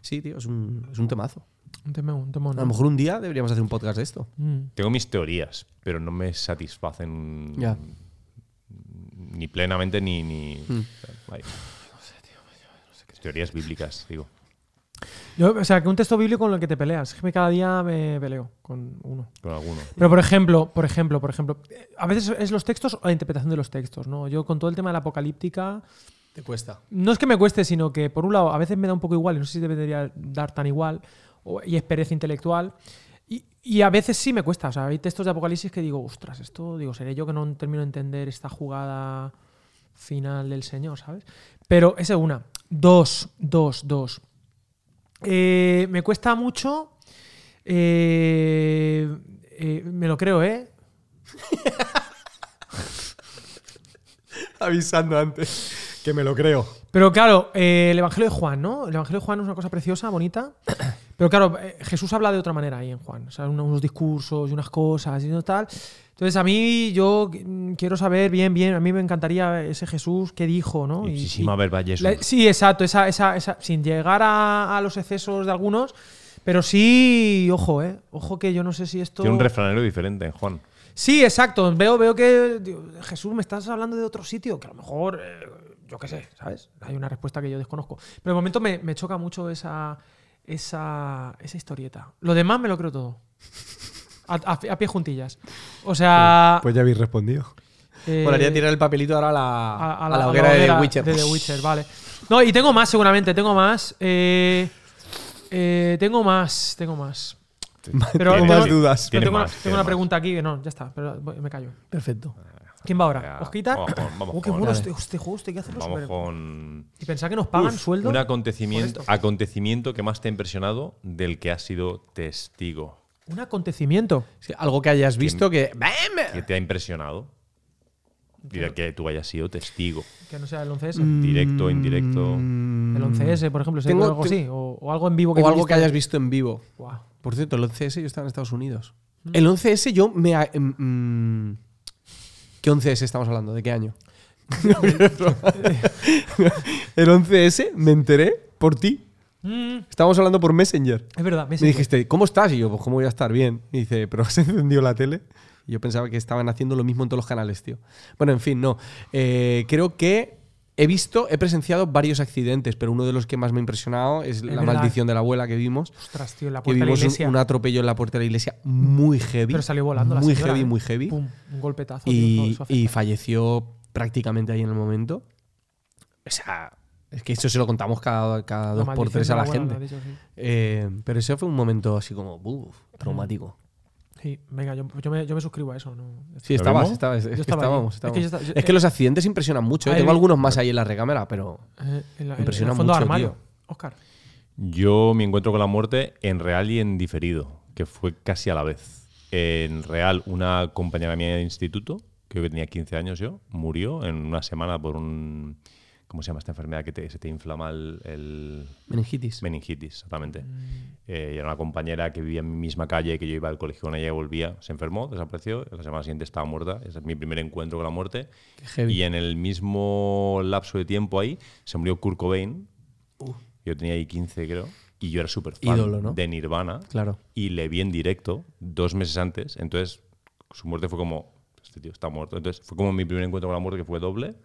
B: Sí, tío, es un, es un temazo.
A: Mm, Un tema, un tema,
B: A lo mejor un día deberíamos hacer un podcast de esto.
A: Mm.
C: Tengo mis teorías, pero no me satisfacen
B: Ya.
C: ni plenamente ni. ni Ay. Teorías bíblicas, digo.
A: Yo, o sea, que un texto bíblico con el que te peleas. Es que cada día me peleo con uno.
C: Con alguno.
A: Pero por ejemplo, por ejemplo, por ejemplo, eh, a veces es los textos o la interpretación de los textos, ¿no? Yo con todo el tema de la apocalíptica,
B: Te <laughs> cuesta.
A: no es que me cueste, sino que por un lado a veces me da un poco igual, y no sé si debería dar tan igual, o- y es pereza intelectual. Y, y a veces sí me cuesta, o sea, hay textos de Apocalipsis que digo, ostras, esto, digo, seré yo que no termino de entender esta jugada final del Señor, ¿sabes? Pero esa es una. Dos, dos, dos. Eh, me cuesta mucho. eh, eh, me lo creo, ¿eh?
G: Avisando antes. Que me lo creo.
A: Pero claro, eh, el Evangelio de Juan, ¿no? El Evangelio de Juan es una cosa preciosa, bonita. <coughs> Pero claro, eh, Jesús habla de otra manera ahí en Juan. O sea, uno- unos discursos y unas cosas y no tal. Entonces, a mí yo mm, quiero saber bien, bien. A mí me encantaría ese Jesús que dijo, ¿no?
C: Ipsísima verba Jesum.
A: la- sí, exacto. Esa, esa, esa- sin llegar a, a los excesos de algunos. Pero sí, ojo, ¿eh? Ojo que yo no sé si esto.
C: Tiene un refranero diferente, Juan.
A: Sí, exacto. Veo, veo que digo, Jesús me estás hablando de otro sitio, que a lo mejor, eh, yo qué sé, ¿sabes? Hay una respuesta que yo desconozco. Pero de momento me, me choca mucho esa, esa, esa historieta. Lo demás me lo creo todo. A, a- a pie juntillas. O sea...
G: Pues ya habéis respondido.
A: eh,
B: Molaría tirar el papelito ahora a la, a la hoguera, de Witcher.
A: de The Witcher, vale. No, y tengo más seguramente, tengo más. eh, eh, tengo más, tengo más. Pero
G: Tengo
A: tengo-
G: más dudas.
A: Pero
C: Tiene
A: tengo,
C: más,
A: una, tengo
C: tiene
A: una
C: más.
A: pregunta aquí que no, ya está, pero voy- me callo.
B: Perfecto.
A: ¿Quién va
C: Ya.
A: ahora? ¿Os quita?
C: Vamos, Juan, vamos,
A: oh, qué
C: Juan.
A: bueno
B: Dale.
A: este, este juego, este hay que hacerlo
C: Vamos
A: súper-
C: con.
A: Y pensar que nos pagan
C: Uf,
A: sueldo.
C: Un acontecimiento,
A: por esto.
C: acontecimiento que más te ha impresionado del que has sido testigo.
A: Un acontecimiento.
B: Sí, algo que hayas visto que.
C: Que te ha impresionado. Y del que tú hayas sido testigo.
A: Que no sea el 11S.
C: Directo, indirecto.
A: El 11S, por ejemplo, si
B: Mm, Tengo-
A: hay algo así. O, o algo en vivo que
B: Mm, O algo que
A: viviste.
B: hayas visto en vivo.
A: Guau.
B: Por cierto, el 11S yo estaba en Estados Unidos. El 11S yo me... ha- em, mm, ¿Qué 11S estamos hablando? ¿De qué año? <laughs>
G: El 11S me enteré por ti.
A: Mm,
B: Estábamos hablando por Messenger.
A: es verdad, me
B: Me dijiste, ¿cómo estás? Y yo, pues, ¿cómo voy a estar? Bien. Y dice, ¿pero <laughs> se encendió la tele? Y yo pensaba que estaban haciendo lo mismo en todos los canales, tío. Bueno, en fin, no. Eh, creo que he visto, he presenciado varios accidentes, pero uno de los que más me ha impresionado es, la
A: verdad.
B: maldición de la abuela que vimos.
A: Ostras, tío, en la
B: Que
A: puerta de la
B: vimos un-
A: iglesia.
B: un, atropello en la puerta de la iglesia muy heavy.
A: pero salió volando la
B: Muy
A: señora,
B: heavy,
A: ¿eh?
B: muy heavy.
A: Pum, un golpetazo. tío, no,
B: y,
A: eso afecta.
B: y falleció prácticamente ahí en el momento. O sea, es que esto se lo contamos cada, cada
A: La
B: dos por
A: maldición
B: tres
A: de
B: a la
A: abuela,
B: gente.
A: me has dicho, sí.
B: Eh, pero ese fue un momento así como, uff, traumático.
A: Sí, venga, yo, yo me, yo me suscribo a eso. No, Eh,
B: Sí,
C: ¿Lo
B: estabas,
C: vimos?
B: estabas, es
A: Yo
B: que
A: estaba ahí.
B: estábamos,
A: Es que yo
B: estábamos. Es que,
A: esta- yo-
B: los accidentes impresionan mucho. ¿eh?
A: ahí
B: Tengo
A: vi-
B: algunos más ahí en la recámara, pero
A: Eh, en, la- en
B: Impresiona
A: el fondo
B: mucho,
A: de armario.
B: tío.
A: Oscar.
C: Yo me encuentro con la muerte en real y en diferido, que fue casi a la vez. En real, una compañera mía de instituto, creo que tenía 15 años yo, murió en una semana por un... ¿Cómo se llama esta enfermedad que te- se te inflama el- el,
B: meningitis.
C: Meningitis, exactamente. Eh, y era una compañera que vivía en mi misma calle, que yo iba al colegio con ella y volvía. Se enfermó, desapareció. La semana siguiente estaba muerta. Ese es mi primer encuentro con la muerte.
B: heavy.
C: Y en el mismo lapso de tiempo ahí se murió Kurt Cobain. Yo tenía ahí 15, creo. Y yo era súper fan
B: Ídolo, ¿no?
C: de Nirvana.
B: Claro.
C: Y le vi en directo dos meses antes. Entonces su muerte fue como, este tío está muerto. Entonces fue como mi primer encuentro con la muerte, que fue doble.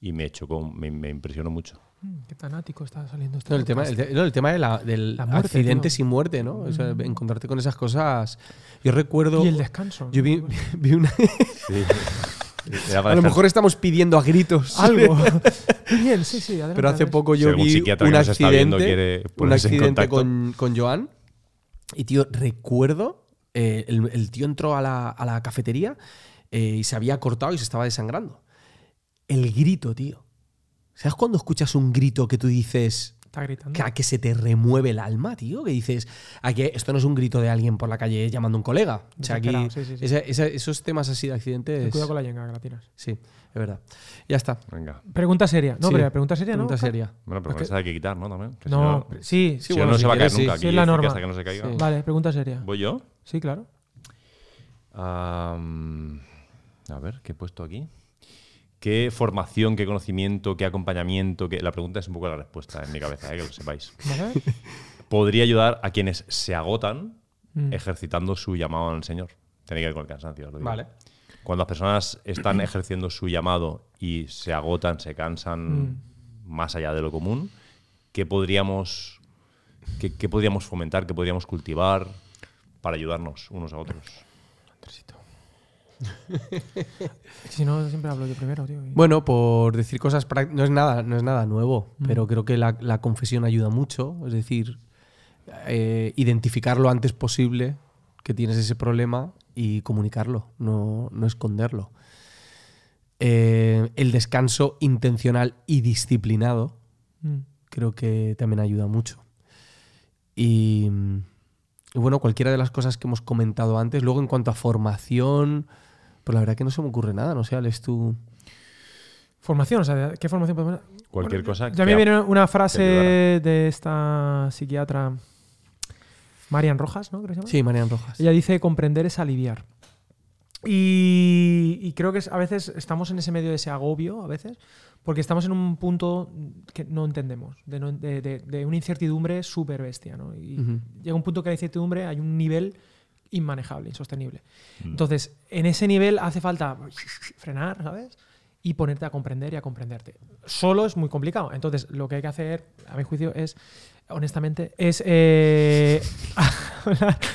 C: Y me chocó, me- me impresionó mucho.
A: Mm, qué tanático está saliendo este
B: No, el tema, el,
A: podcast.
B: te- no, el tema de la- del
A: La muerte,
B: accidentes
A: tío. Mm.
B: y muerte, ¿no? O sea, encontrarte con esas cosas. Yo recuerdo.
A: Y el descanso.
B: Yo vi, <laughs> vi una.
C: Sí. <laughs> Era para
B: a lo
C: dejar-
B: mejor estamos pidiendo a gritos.
A: Algo. Bien, sí, sí. adelante,
B: <laughs> Pero hace
A: adelante.
B: poco yo
C: Si algún
B: vi
C: psiquiatra
B: un
C: que nos está viendo quiere
B: accidente, un
C: ponerse en
B: accidente
C: contacto.
B: con, con Joan. Y tío, recuerdo, eh, el, el tío entró a la, a la cafetería eh, y se había cortado y se estaba desangrando. El grito, tío. ¿Sabes cuando escuchas un grito que tú dices
A: Está gritando.
B: que, a que se te remueve el alma, tío? Que dices, aquí esto no es un grito de alguien por la calle llamando a un colega. O sea, aquí,
A: Desesperado, sí, sí, sí.
B: esa- esa- esos temas así de accidentes.
A: Cuidado con la yenga que la tiras.
B: Sí, es verdad. Ya está.
C: Venga.
A: Pregunta seria. No,
B: Sí.
A: pero la pregunta seria no.
B: Pregunta
A: Oscar.
B: seria.
C: Bueno, pero
A: Es que-
C: esa hay que quitar, ¿no? También. Que si
A: No,
C: no-
A: sí.
C: si
B: bueno,
C: no, no
B: si
C: se va a caer
B: quieres, sí.
C: nunca. aquí
A: Sí, es la
C: dicen que
A: norma.
C: Hasta que no se caiga.
B: Sí.
A: Vale, pregunta seria.
C: ¿Voy yo?
A: Sí, claro.
C: Am, a ver, ¿qué he puesto aquí? ¿Qué formación, qué conocimiento, qué acompañamiento? Qué... La pregunta es un poco la respuesta en mi cabeza, eh, que lo sepáis.
B: <laughs>
A: Vale.
C: Podría ayudar a quienes se agotan
A: Mm.
C: ejercitando su llamado al Señor. Tiene que ver con el cansancio, os lo digo.
B: Vale.
C: Cuando las personas están ejerciendo su llamado y se agotan, se
A: Mm.
C: cansan más allá de lo común, ¿qué podríamos, qué, qué podríamos fomentar, qué podríamos cultivar para ayudarnos unos a otros?
A: <laughs> Si no, siempre hablo yo primero, tío. y-
B: Bueno, por decir cosas práct- no es nada, no es nada nuevo, pero creo que la, la confesión ayuda mucho, es decir, eh, identificar lo antes posible que tienes ese problema y comunicarlo, no, no esconderlo. Eh, el descanso intencional y disciplinado
A: Mm.
B: creo que también ayuda mucho. Y, mm, y bueno, cualquiera de las cosas que hemos comentado antes, luego en cuanto a formación, pues la verdad que no se me ocurre nada, no sé, Alex, tú...
A: Formación, o sea, ¿qué formación podemos
C: Cualquier cosa.
A: Ya me
C: que-
A: viene una frase
C: ayudará.
A: de esta psiquiatra Marian Rojas, ¿no? Creo que se llama.
B: Sí, Marian Rojas.
A: Ella dice comprender es aliviar. Y, y creo que es- a veces estamos en ese medio de ese agobio, a veces, porque estamos en un punto que no entendemos, de, no- de- de- de una incertidumbre súper bestia. ¿no? Y
B: Ujú.
A: llega un punto que la incertidumbre hay un nivel inmanejable, insostenible. Entonces, en ese nivel hace falta frenar, ¿sabes? Y ponerte a comprender y a comprenderte. Solo es muy complicado. Entonces, lo que hay que hacer, a mi juicio, es, honestamente, es. eh, <laughs>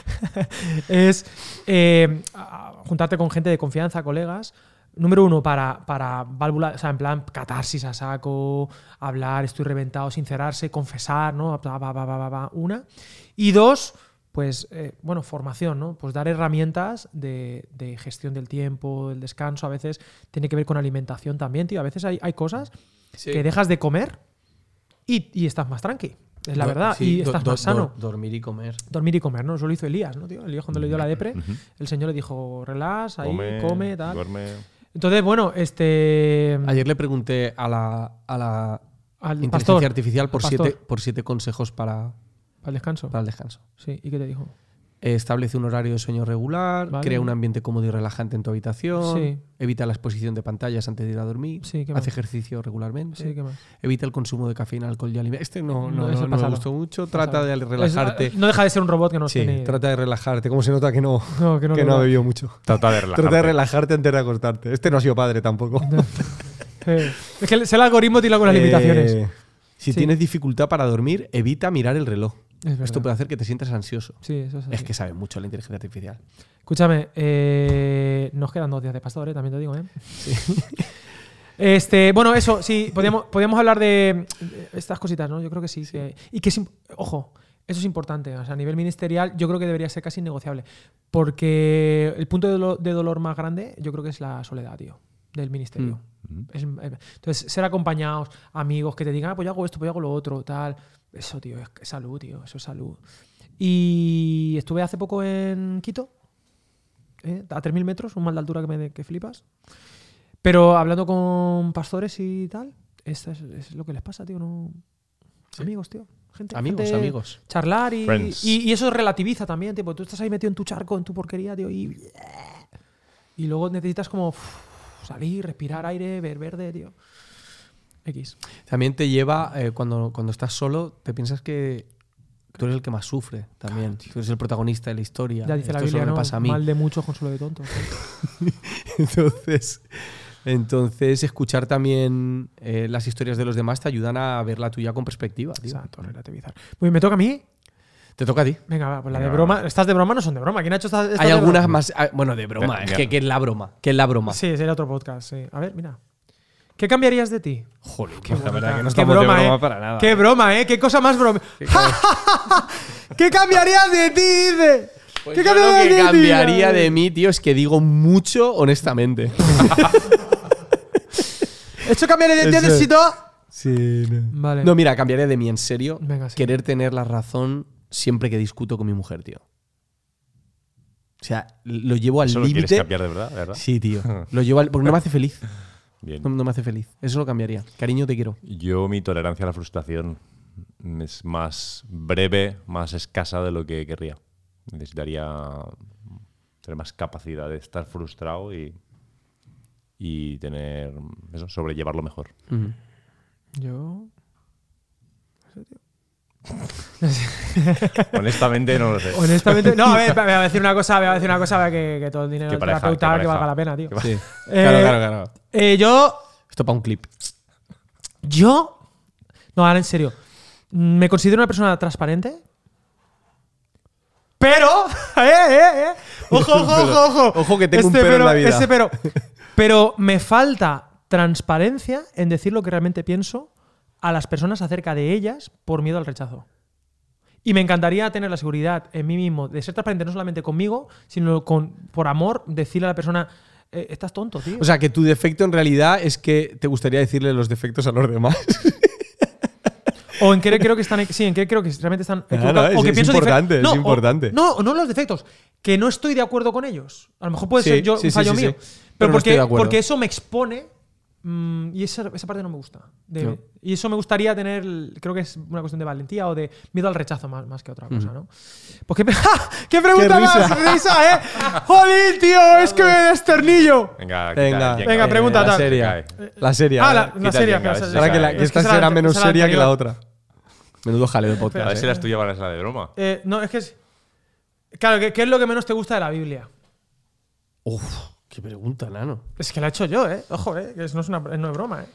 A: es eh, a- a juntarte con gente de confianza, colegas. Número uno, para, para válvula, o sea, en plan catarsis a saco, hablar, estoy reventado, sincerarse, confesar, ¿no? Ba, ba, ba, ba, ba, ba, una. Y dos, pues, eh, bueno, formación, ¿no? Pues dar herramientas de, de gestión del tiempo, del descanso, a veces tiene que ver con alimentación también, tío. A veces hay, hay cosas que dejas de comer y, y estás más tranqui, es la
B: Do-
A: verdad,
B: sí,
A: y
B: do-
A: estás
B: do-
A: más sano
B: do- dormir y comer.
A: dormir y comer, ¿no? Eso lo hizo Elías, ¿no, tío? Elías cuando le dio la depre, el señor le dijo, relax, ahí, come, tal.
C: duerme.
A: Entonces, bueno, este...
B: Ayer le pregunté a la, a la
A: Al
B: inteligencia
A: pastor,
B: artificial por
A: al
B: siete,
A: pastor.
B: por siete consejos para, Ah.
A: Al descanso.
B: para el descanso. Eh,
A: Sí, ¿y qué te dijo?
B: Establece un horario de sueño regular,
A: Vale.
B: crea un ambiente cómodo y relajante en tu habitación,
A: Sí.
B: evita la exposición de pantallas antes de ir a dormir,
A: Sí, ¿qué más?
B: hace ejercicio regularmente,
A: Sí, ¿qué más?
B: evita el consumo de cafeína, alcohol y alimentos. Este no,
A: No,
B: no,
A: ese
B: no- no me
A: pasado.
B: gustó mucho. Trata de relajarte.
A: Es- ah, no deja de ser un robot que no
B: sí,
A: tiene.
B: trata de relajarte. ¿Cómo se nota que no,
A: <laughs> No, que no
B: que
A: lo
B: no ha
A: da.
B: bebido mucho?
C: <laughs> Trata de relajarte.
B: Trata de relajarte antes de acostarte. Este no ha sido padre tampoco.
A: <laughs> Eh, Es que el, el algoritmo tiene algunas
B: Eh,
A: limitaciones.
B: Si
A: Sí.
B: tienes dificultad para dormir, evita mirar el reloj.
A: Es
B: Esto
A: verdad.
B: puede hacer que te sientas ansioso.
A: Sí, eso es.
B: Es
A: así.
B: que sabe mucho la inteligencia artificial.
A: Escúchame, eh, nos quedan dos días de pastor, eh, también te digo, ¿eh? <laughs> Este, bueno, eso, sí, podíamos, podíamos hablar de de estas cositas, ¿no? Yo creo que sí. que- y que, es im- ojo, eso es importante. O sea, a nivel ministerial, yo creo que debería ser casi innegociable. Porque el punto de, dolo- de dolor más grande, yo creo que es la soledad, tío, del ministerio. Es- eh, entonces, ser acompañados, amigos que te digan, ah, pues yo hago esto, pues yo hago lo otro, tal. Eso, tío, es, es salud, tío, eso es salud. Y estuve hace poco en Quito, ¿eh? a 3.000 metros, un mal de altura que, me, que flipas. Pero hablando con pastores y tal, esto es, es lo que les pasa, tío. No... Amigos, tío. Gente,
B: Amigos,
A: gente-
B: amigos.
A: Charlar y,
C: Friends.
A: y- y eso relativiza también, tío. porque Tú estás ahí metido en tu charco, en tu porquería, tío. Y, y luego necesitas como uff, salir, respirar aire, ver verde, tío. X.
B: También te lleva, eh, cuando, cuando estás solo, te piensas que tú eres el que más sufre también. tú eres el protagonista de la historia.
A: Ya dice la
B: Esto solo
A: Biblia,
B: me
A: ¿no?
B: pasa a mí.
A: Mal de muchos, consuelo de tontos.
B: <laughs> Entonces, entonces, escuchar también eh, las historias de los demás te ayudan a ver la tuya con perspectiva. tío.
A: Exacto, relativizar. Muy bien, ¿me toca a mí?
B: Te toca a ti.
A: Venga, va, pues la
C: Venga,
A: de
C: va.
A: broma. Estas de broma no son de broma. ¿Quién ha hecho estas? estas
B: Hay
A: de broma?
B: algunas más. ah, Bueno, de broma.
C: Ya,
B: Es
C: ya.
B: que, que es la broma. Que es la broma.
A: Sí, sería otro podcast. sí. A ver, mira. ¿Qué cambiarías de ti?
B: Joder,
A: Qué <laughs>
B: la verdad
A: bonita.
B: que no
A: Qué
B: estamos de
A: broma,
B: broma
A: ¿eh?
B: para nada.
A: Qué
B: eh.
A: broma, ¿eh? Qué cosa más broma. <laughs> ¿Qué cambiarías de ti? Dice.
B: Pues
A: ¿Qué
B: yo lo
A: cambiarías
B: que
A: de ti?
B: cambiaría de mí, tío, es que digo mucho honestamente.
A: Esto cambiaría de ti,
B: Eso.
A: necesito.
B: Sí, no.
A: Vale.
B: No, mira, cambiaría de mí en serio.
A: Venga, sí.
B: Querer tener la razón siempre que discuto con mi mujer, tío. O sea, lo llevo al
C: Eso lo quieres
B: límite.
C: cambiar de verdad, de ¿verdad?
B: Sí,
C: <laughs>
B: tío. Lo llevo al. Porque no me hace feliz.
C: Bien.
B: No, no me hace feliz. Eso lo cambiaría. Cariño, te quiero.
C: Yo mi tolerancia a la frustración mm, es más breve, más escasa de lo que querría. Necesitaría tener más capacidad de estar frustrado y, y tener mm, eso,
B: <laughs>
C: sobrellevarlo mejor.
B: Ujú.
A: Yo.
C: Honestamente no lo sé.
A: Honestamente. No, a ver, me voy a decir una cosa, me voy a decir una cosa que, que todo el dinero
C: Qué
A: del
C: pareja,
A: terapeuta
C: qué
A: que valga
C: pareja.
A: la pena, tío.
C: Qué
A: <laughs>
C: pa-
B: Sí.
A: Eh,
B: claro, claro, claro.
A: Eh, yo
B: Esto para un clip.
A: Yo. No, ahora en serio. Me considero una persona transparente. Pero. <laughs> ¡Eh, eh, eh! ¡Ojo,
B: <laughs>
A: ojo, ojo, ojo!
B: Ojo que tengo un pero en la vida.
A: Ese
B: <laughs>
A: pero. Pero me falta transparencia en decir lo que realmente pienso a las personas acerca de ellas por miedo al rechazo. Y me encantaría tener la seguridad en mí mismo de ser transparente no solamente conmigo, sino con, por amor, decirle a la persona, "Eh, estás tonto, tío.
B: O sea, que tu defecto en realidad es que te gustaría decirle los defectos a los demás.
A: O en qué creo que están. Sí, en qué creo que realmente están.
B: Claro,
A: equivocados,
B: es-
A: o que
B: es
A: pienso difer-
B: importante, es
A: o-
B: importante.
A: no, no los defectos. Que no estoy de acuerdo con ellos. A lo mejor puede
B: Sí,
A: ser yo
B: sí,
A: un
B: sí,
A: fallo
B: sí,
A: mío.
B: sí.
A: Pero,
B: Pero no
A: porque,
B: estoy de acuerdo.
A: porque eso me expone. mm, y esa, esa parte no me gusta. de-
B: No.
A: Y eso me gustaría tener. Creo que es una cuestión de valentía o de miedo al rechazo más, más que otra cosa, ¿no? Pues qué, <laughs> pe- ¡Ja! ¡Qué pregunta
B: Qué risa.
A: más risa, eh! ¡Jolín, tío! ¡Es que me desternillo!
C: Venga,
B: <laughs> Venga,
C: quita,
A: venga,
C: eh,
A: pregunta,
B: La
A: tal.
B: seria. La seria.
A: Ah, la, la
C: quita el
A: serie.
C: Jenga,
A: que
C: ese
A: la-
B: Ahora que, la,
C: Es
B: que
C: que
B: esta
A: esa era
B: será
A: ante-
B: menos
A: esa era
B: seria que la
A: anterior.
B: otra. Menudo jaleo de
C: A
B: podcast.
C: ver si
B: ¿eh?
C: las tuyas van a ser la de broma.
A: Eh, no, es que es. Claro, ¿qué, qué es lo que menos te gusta de la Biblia?
B: Uf, qué pregunta, <laughs> nano.
A: Es que la he hecho yo, ¿eh? Ojo, ¿eh? Que es- no, es una, no es broma, ¿eh?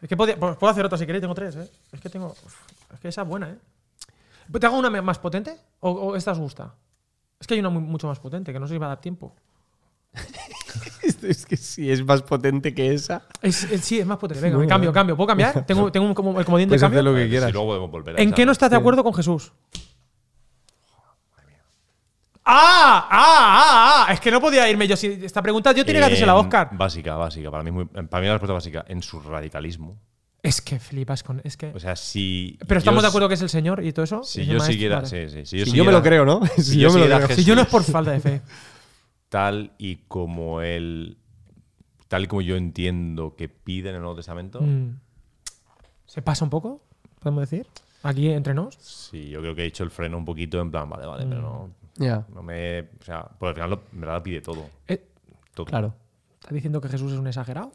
A: Es que podía- pues puedo hacer otra si queréis, tengo tres, ¿eh? Es que tengo. uf, Es que esa es buena, ¿eh? ¿Te hago una más potente? ¿O, o esta os gusta? Es que hay una muy- mucho más potente, que no sé si va a dar tiempo.
B: Este es que si es más potente que esa.
A: Es, es- sí, es más potente. Venga,
B: Muy
A: me cambio,
B: buena.
A: cambio. ¿Puedo
B: <laughs>
A: cambiar? Tengo, tengo un como- el comodín de
B: Puedes
A: cambio.
B: hacer lo
C: A ver
B: que
C: si
B: quieras.
C: luego podemos volver a
A: ¿En
C: esa.
A: qué no estás de acuerdo con Jesús? ¡Ah! ¡Ah! ¡Ah! ¡Ah! Es que no podía irme yo. sin- esta pregunta yo tenía que hacerse la
C: En-
A: Oscar.
C: Em, Básica, básica. Para mí, muy- para mí la respuesta básica. En su radicalismo.
A: Es que flipas con. Es que.
C: O sea, si.
A: pero estamos
C: Pues yo-
A: de acuerdo que es el Señor y todo eso.
C: Si
A: Es
C: yo
A: el maestro,
C: siguiera.
A: vale.
C: sí, sí, si
B: Si yo me lo
C: siguiera-
B: creo,
C: <laughs>
B: ¿no? Si
C: Si
B: yo
C: yo
B: me lo
C: siguiera
B: creo.
C: a
A: Si yo no es
C: Jesús.
A: por falta de
C: <laughs>
A: fe.
C: tal y como él, tal y como yo entiendo que pide en el Nuevo Testamento,
A: Mm. ¿Se pasa un poco? ¿Podemos decir? Aquí entre nos. Mm.
C: sí, yo creo que he hecho el freno un poquito en plan, vale, vale, pero no.
B: Ya.
C: No me, o sea, por el final lo- en verdad lo pide todo.
A: Eh,
C: todo.
B: Claro.
A: ¿Estás diciendo que Jesús es un exagerado?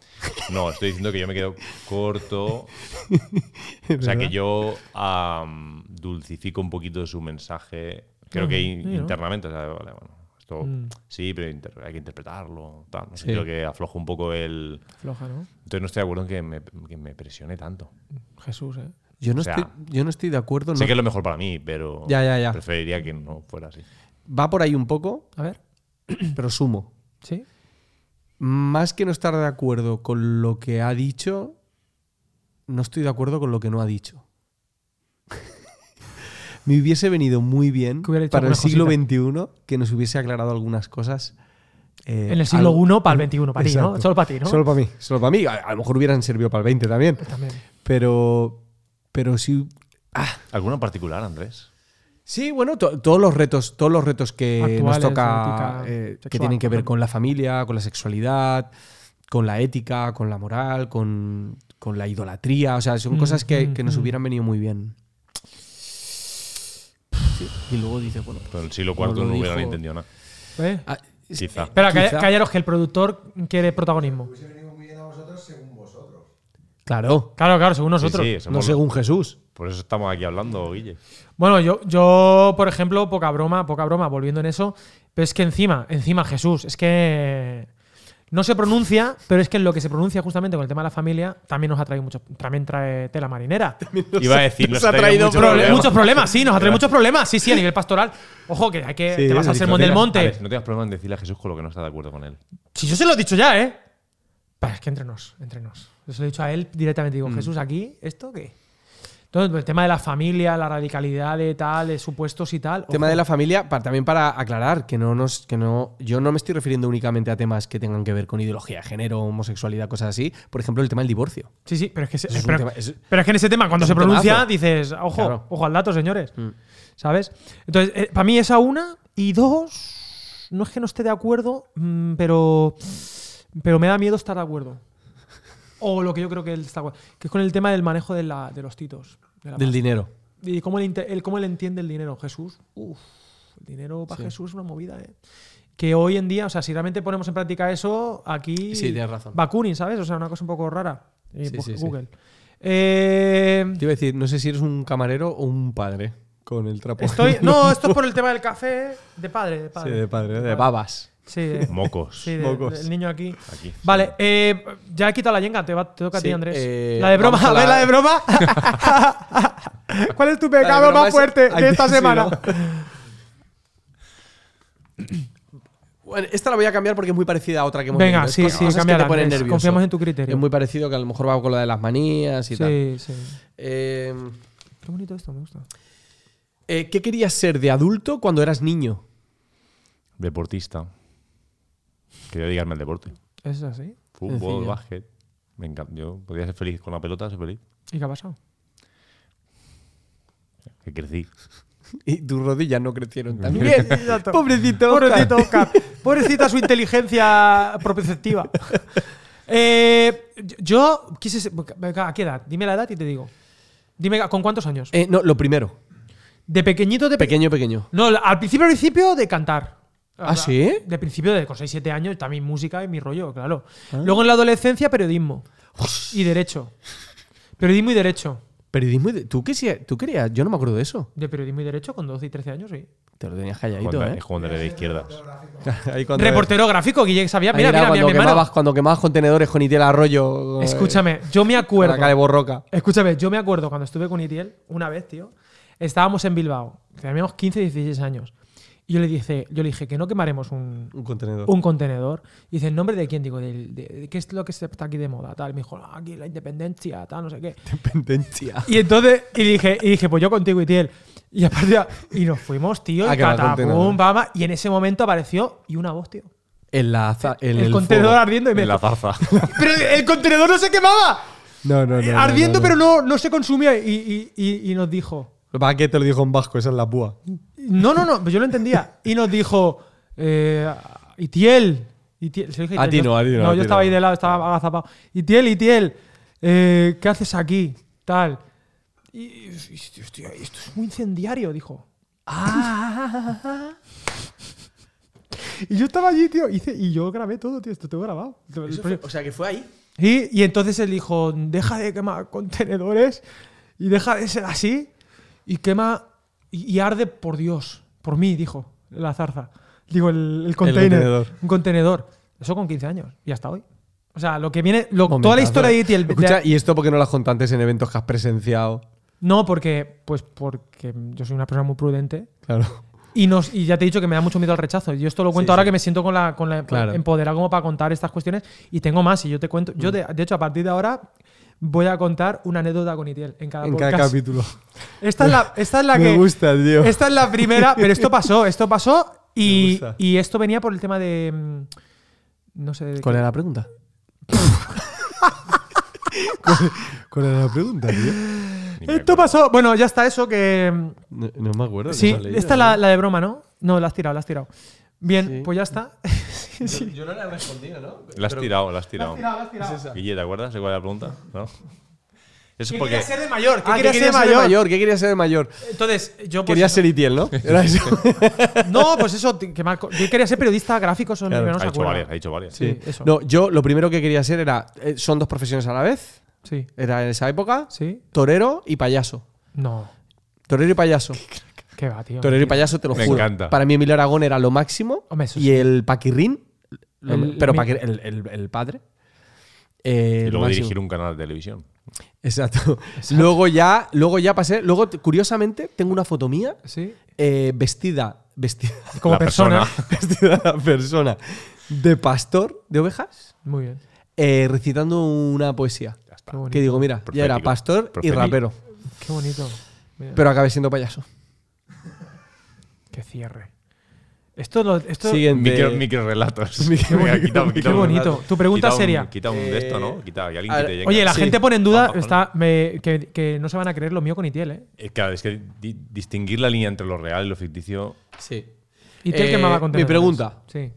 C: No, estoy diciendo que yo me quedo
B: <laughs>
C: corto.
B: Es
C: O sea, que
B: verdad.
C: yo am, dulcifico un poquito su mensaje.
B: Ah,
C: Creo que in-
A: mira.
C: internamente, o sea, vale, bueno, esto
A: Mm.
C: sí, pero inter- hay que interpretarlo. Tal, no sé,
B: Sí.
C: Creo que aflojo un poco el.
A: Floja, ¿no?
C: Entonces no estoy de acuerdo en que me, que me presione tanto.
A: Jesús, ¿eh?
B: Yo no,
C: o sea,
B: estoy, yo no estoy de acuerdo.
C: Sé
B: no-
C: que es lo mejor para mí, pero
B: Ya, ya, ya.
C: preferiría que no fuera así.
B: Va por ahí un poco,
A: A ver,
B: pero sumo.
A: ¿sí?
B: Más que no estar de acuerdo con lo que ha dicho, no estoy de acuerdo con lo que no ha dicho. <laughs> Me hubiese venido muy bien
A: Que hubiera dicho
B: para el
A: alguna
B: siglo
A: cosita.
B: XXI que nos hubiese aclarado algunas cosas. eh,
A: En el siglo
B: algo-
A: I para el XXI, para ti, ¿no?
B: Exacto.
A: Solo para ti, ¿no?
B: Solo para mí. Solo para mí. A, a lo mejor hubieran servido para el 20 también.
A: También.
B: Pero, pero sí. ah,
C: ¿Alguna en particular, Andrés?
B: sí, bueno, to- todos los retos, todos los retos que nos
A: Actuales,
B: toca,
A: ética,
B: eh, que
A: sexual,
B: tienen que
A: por
B: ver
A: ejemplo.
B: con la familia, con la sexualidad, con la ética, con la moral, con, con la idolatría. O sea, son
A: Mm,
B: cosas que,
A: mm,
B: que nos
A: mm.
B: hubieran venido muy bien. Sí, Y luego dice, bueno.
C: Pero en el siglo
B: Como
C: IV
B: lo
C: no hubieran
B: dijo-
C: entendido nada.
A: ¿Eh?
B: ah, es-
C: Quizá.
A: Pero calla-
B: quizá-
A: callaros que el productor quiere protagonismo.
H: Hubiese venido muy bien a vosotros según vosotros.
B: Claro,
A: Claro, claro, según nosotros.
C: Sí, sí,
B: no
C: somos-
B: según Jesús.
C: Por eso estamos aquí hablando,
B: <laughs>
C: Guille.
A: Bueno, yo, yo, por ejemplo, poca broma, poca broma, volviendo en eso, pero es que encima, encima Jesús, es que no se pronuncia, pero es que en lo que se pronuncia justamente con el tema de la familia también nos ha traído muchos, también trae tela
B: <laughs>
A: marinera.
C: Iba a decir, nos
B: ha traído
C: mucho
A: Proble-
C: problema.
A: Muchos problemas, sí, nos ha traído muchos problemas, sí, sí, a nivel pastoral. Ojo, que hay que
B: Sí,
A: te vas al
B: sí,
A: sermón
C: No
A: del
C: tengas-
A: monte.
C: Alex, no tengas problema en decirle a Jesús con lo que no está de acuerdo con él.
A: Si yo se lo he dicho ya, ¿eh? Pero es que entre nos, entre nos. Yo se lo he dicho a él directamente.
B: Mm.
A: Digo, Jesús, ¿aquí? ¿Esto qué? Entonces, el tema de la familia, la radicalidad de tal, de supuestos y tal.
B: Tema
A: ojo.
B: de la familia, para- también para aclarar que no nos, que no, yo no me estoy refiriendo únicamente a temas que tengan que ver con ideología, de género, homosexualidad, cosas así. Por ejemplo, el tema del divorcio.
A: Sí, sí, pero es que, se-
B: Eso es un
A: pero,
B: tema- eso-
A: pero es que en ese tema, cuando
B: es
A: se
B: un
A: pronuncia,
B: temazo.
A: dices, ojo,
B: Claro. Mm.
A: ojo al dato, señores. ¿Sabes? Entonces, eh, para mí esa una. Y dos, no es que no esté de acuerdo, mm, pero, pero me da miedo estar de acuerdo. O lo que yo creo que él está de acuerdo. Que es con el tema del manejo de, la- de los titos. de la
B: Del
A: pasta.
B: dinero.
A: Y cómo él, inte- él- cómo él entiende el dinero, Jesús. Uf, el dinero para Jesús es una movida, ¿eh? Que hoy en día, o sea, si realmente ponemos en práctica eso, aquí.
B: Sí, tienes razón.
A: Bakunin, ¿sabes? O sea, una cosa un poco rara. Y
B: Sí,
A: bu-
B: sí, sí.
A: Google. Eh,
B: Te iba a decir, no sé si eres un camarero o un padre con el trapo. <laughs>
A: estoy. No, esto es por el tema del café de padre, de
B: Sí,
A: padre.
B: de padre, de babas.
A: Sí,
B: <laughs>
A: de-
C: Mocos.
A: sí, de-
B: Mocos.
A: del niño aquí.
C: Aquí.
A: Vale, eh, ya he quitado la yenga, te, va- te toca a ti,
B: Sí,
A: Andrés.
B: eh,
A: la de broma,
B: vamos
A: <laughs> a
B: a
A: ver,
B: la-
A: la de
B: <laughs>
A: broma. ¿Cuál es tu pecado
B: broma
A: más
B: es-
A: fuerte
B: <laughs> Ay,
A: de esta
B: sí,
A: semana?
B: <clears throat> Bueno, esta la voy a cambiar porque es muy parecida a otra que hemos
A: Venga,
B: leído. Es
A: sí,
B: cosas-
A: sí,
B: cosas que
A: cámbiala,
B: te ponen
A: Andrés.
B: nervioso.
A: Confiamos en tu criterio.
B: Es muy parecido que a lo mejor va con la de las manías y tal.
A: Sí, sí.
B: Eh,
A: Qué bonito esto, me gusta.
B: eh, ¿Qué querías ser de adulto cuando eras niño? <laughs>
C: Deportista. Que yo diga el deporte.
A: ¿Es así?
C: Fútbol,
B: Sencillo.
C: básquet. Me encanta. Yo podía ser feliz con la pelota, soy feliz.
A: ¿Y qué ha pasado?
C: Que crecí.
B: Y tus rodillas no crecieron
A: <laughs>
B: también.
A: Bien, exacto.
B: Pobrecito.
A: Pobrecito Oscar. Pobrecita su inteligencia propioceptiva. <laughs> Eh, yo quise ser- venga, ¿A qué edad? Dime la edad y te digo. Dime, ¿con cuántos años?
B: Eh, no, lo primero.
A: De pequeñito, de pequeño.
B: Pequeño, pequeño.
A: No, al principio, al principio de cantar.
B: ¿Ah, sí?
A: De principio, de con 6-7 años, también música y mi rollo, claro.
B: Ah.
A: Luego en la adolescencia, periodismo. Y derecho. Periodismo y derecho.
B: Periodismo. y de- ¿Tú, qué, sea- ¿Tú querías? Yo no me acuerdo de eso.
A: De periodismo y derecho con 12 y 13 años, sí.
B: Te lo tenías calladito,
C: Cuando-
B: ¿eh?
C: Es cuando era
A: <laughs>
C: de izquierdas.
B: <laughs> Ahí cuando-
A: Reportero gráfico, Guille sabía.
B: ahí
A: Mira,
B: era
A: mira, mira,
B: cuando,
A: mi hermano.
B: quemabas, cuando quemabas contenedores con Itiel Arroyo. eh,
A: Escúchame, yo me
B: <laughs> con La cara de
A: acuerdo.
B: borroca.
A: Escúchame, yo me acuerdo cuando estuve con Itiel, una vez, tío, estábamos en Bilbao, teníamos 15, 16 años. Y yo le dije, yo le dije que no quemaremos un,
B: Un contenedor.
A: un contenedor. Y dice, ¿en nombre de quién? Digo, del- de, de- ¿qué es lo que se- está aquí de moda? Tal. Y me dijo, "Ah, aquí la independencia, tal, no sé
B: <laughs>
A: qué.
B: Dependencia.
A: Y entonces, y dije, y dije, pues yo contigo, Itiel. Y aparte, y nos fuimos, tío,
B: A
A: y
B: Ah, que va el
A: catapum,
B: contenedor.
A: pama, y en ese momento apareció y una voz, tío.
B: <laughs> En la za- en
A: El,
B: el
A: contenedor
B: fuego.
A: ardiendo y me
C: En la
A: dijo,
C: zarza.
A: pero el contenedor no se quemaba.
B: No, no, no, no.
A: ardiendo,
B: no,
A: pero
B: no.
A: no, no se consumía. Y, y- y- y nos dijo.
B: Lo que pasa es que te lo dijo en vasco, esa es la púa.
A: No, no, no, pero yo lo entendía. Y nos dijo. Eh, Itiel. Itiel se lo dije
B: A ti
A: Itiel,
B: no,
A: yo-
B: a ti no,
A: No,
B: a
A: yo
B: ti
A: estaba
B: no.
A: ahí de lado, estaba agazapado. Itiel, Itiel, eh, ¿qué haces aquí? Tal. Y, y- y- hostia, esto es muy incendiario, dijo.
B: Ah,
A: <laughs> Y yo estaba allí, tío, hice, y yo grabé todo, tío, esto tengo grabado.
B: eso fue- o sea, que fue ahí.
A: Y, y entonces él dijo, deja de quemar contenedores y deja de ser así y quema y, y arde por Dios, por mí, dijo la zarza. Digo, el, el container.
B: contenedor.
A: Un contenedor. Eso con 15 años y hasta hoy. O sea, lo que viene, lo- toda la
B: Momentazo,
A: historia
B: eh.
A: de E.T. el-
B: Escucha,
A: de-
B: ¿y esto porque no lo has contado antes en eventos que has presenciado?
A: No, porque, pues porque yo soy una persona muy prudente
B: Claro.
A: Y, nos, y ya te he dicho que me da mucho miedo al rechazo. Yo esto lo cuento
B: Sí,
A: ahora
B: sí.
A: que me siento con la, con la
B: Claro. Mm.
A: empoderado como para contar estas cuestiones. Y tengo más, y yo te cuento. Yo, de, de hecho, a partir de ahora voy a contar una anécdota con Itiel en cada
B: En
A: podcast.
B: cada capítulo.
A: Esta es la, esta es la
B: <laughs> Me
A: que.
B: gusta, tío.
A: Esta es la primera, pero esto pasó, esto pasó.
B: <laughs> Me
A: Y,
B: gusta.
A: y esto venía por el tema de. mm, No sé. de
B: ¿Cuál
A: qué.
B: era la pregunta? <laughs> ¿Cuál, cuál era la pregunta, tío?
C: <laughs> Ni me
A: Esto
C: acuerdo.
A: pasó. Bueno, ya está eso que. mm,
B: No, no me acuerdo. no
A: Sí,
B: la leí,
A: esta es
B: ¿no?
A: la, la de broma, ¿no? No, la has tirado, la has tirado. Bien,
B: Sí.
A: pues ya está. Sí, sí.
B: Yo no la he respondido,
A: Ah,
B: ¿no?
C: La has tirado, la has
A: La <laughs> has
C: tirado.
A: tirado, la has tirado.
C: Guille, ¿te acuerdas de cuál era
A: <laughs>
C: la pregunta? ¿No? Eso
A: ¿Qué
C: es porque.
A: quería ser de mayor? ¿Qué
B: Ah,
A: quería
B: que quería
A: ser de mayor?
B: ¿Qué quería ser de mayor?
A: Entonces, yo pues,
B: Quería ser Itiel, ¿no? Era eso. <laughs>
A: No, pues eso, t- que mal co- yo quería ser periodista gráfico, son
B: Claro,
A: no
C: ha
A: se
C: dicho
A: acuerda.
C: varias, ha dicho varias.
A: Sí, eso.
B: No, yo lo primero que quería ser era. eh, son dos profesiones a la vez.
A: Sí.
B: Era en esa época.
A: Sí.
B: Torero y payaso.
A: No.
B: Torero y payaso.
A: Qué va, tío.
B: Torero y payaso, te lo
C: Me
B: juro.
C: encanta.
B: Para mí Emilio Aragón era lo máximo.
A: Hombre, eso
B: y
A: sí.
B: el Paquirrín, lo-
A: El-
B: pero
A: mi-
B: Paquir- el, el- el padre. eh,
C: Y
B: lo
C: luego
B: máximo.
C: dirigir un canal de televisión.
B: Exacto. Luego ya, luego ya pasé. Luego, t- curiosamente, tengo una foto mía
A: Sí.
B: eh, vestida, vestida,
A: Como
C: La
A: persona.
C: persona.
B: vestida la persona de pastor de ovejas,
A: Muy bien.
B: eh, recitando una poesía.
C: Ya está.
A: Qué bonito.
B: Que digo, mira, ya era
C: Profético.
B: pastor
C: Profético.
B: y rapero.
A: Qué bonito. Mira,
B: Pero acabé siendo payaso.
A: Qué cierre. Esto lo. Esto,
B: Siguiente.
C: Micro, micro relatos.
B: Qué
C: Venga,
B: bonito,
C: quita un-
B: qué
C: quita un-
A: bonito. Tu pregunta
C: quita un-
A: seria.
C: Quita un de esto,
B: Eh,
C: ¿no? Quita y alguien
B: a
C: que
B: ver,
C: te llegue.
A: Oye, la
B: Sí.
A: gente pone en duda
C: Vamos,
A: está, me- que, que no se van a creer lo mío con Itiel, ¿eh?
C: Eh, Claro, es que di- distinguir la línea entre lo real y lo ficticio.
B: Sí.
A: Itiel
B: Eh,
A: que me va a
B: mi pregunta.
A: Sí.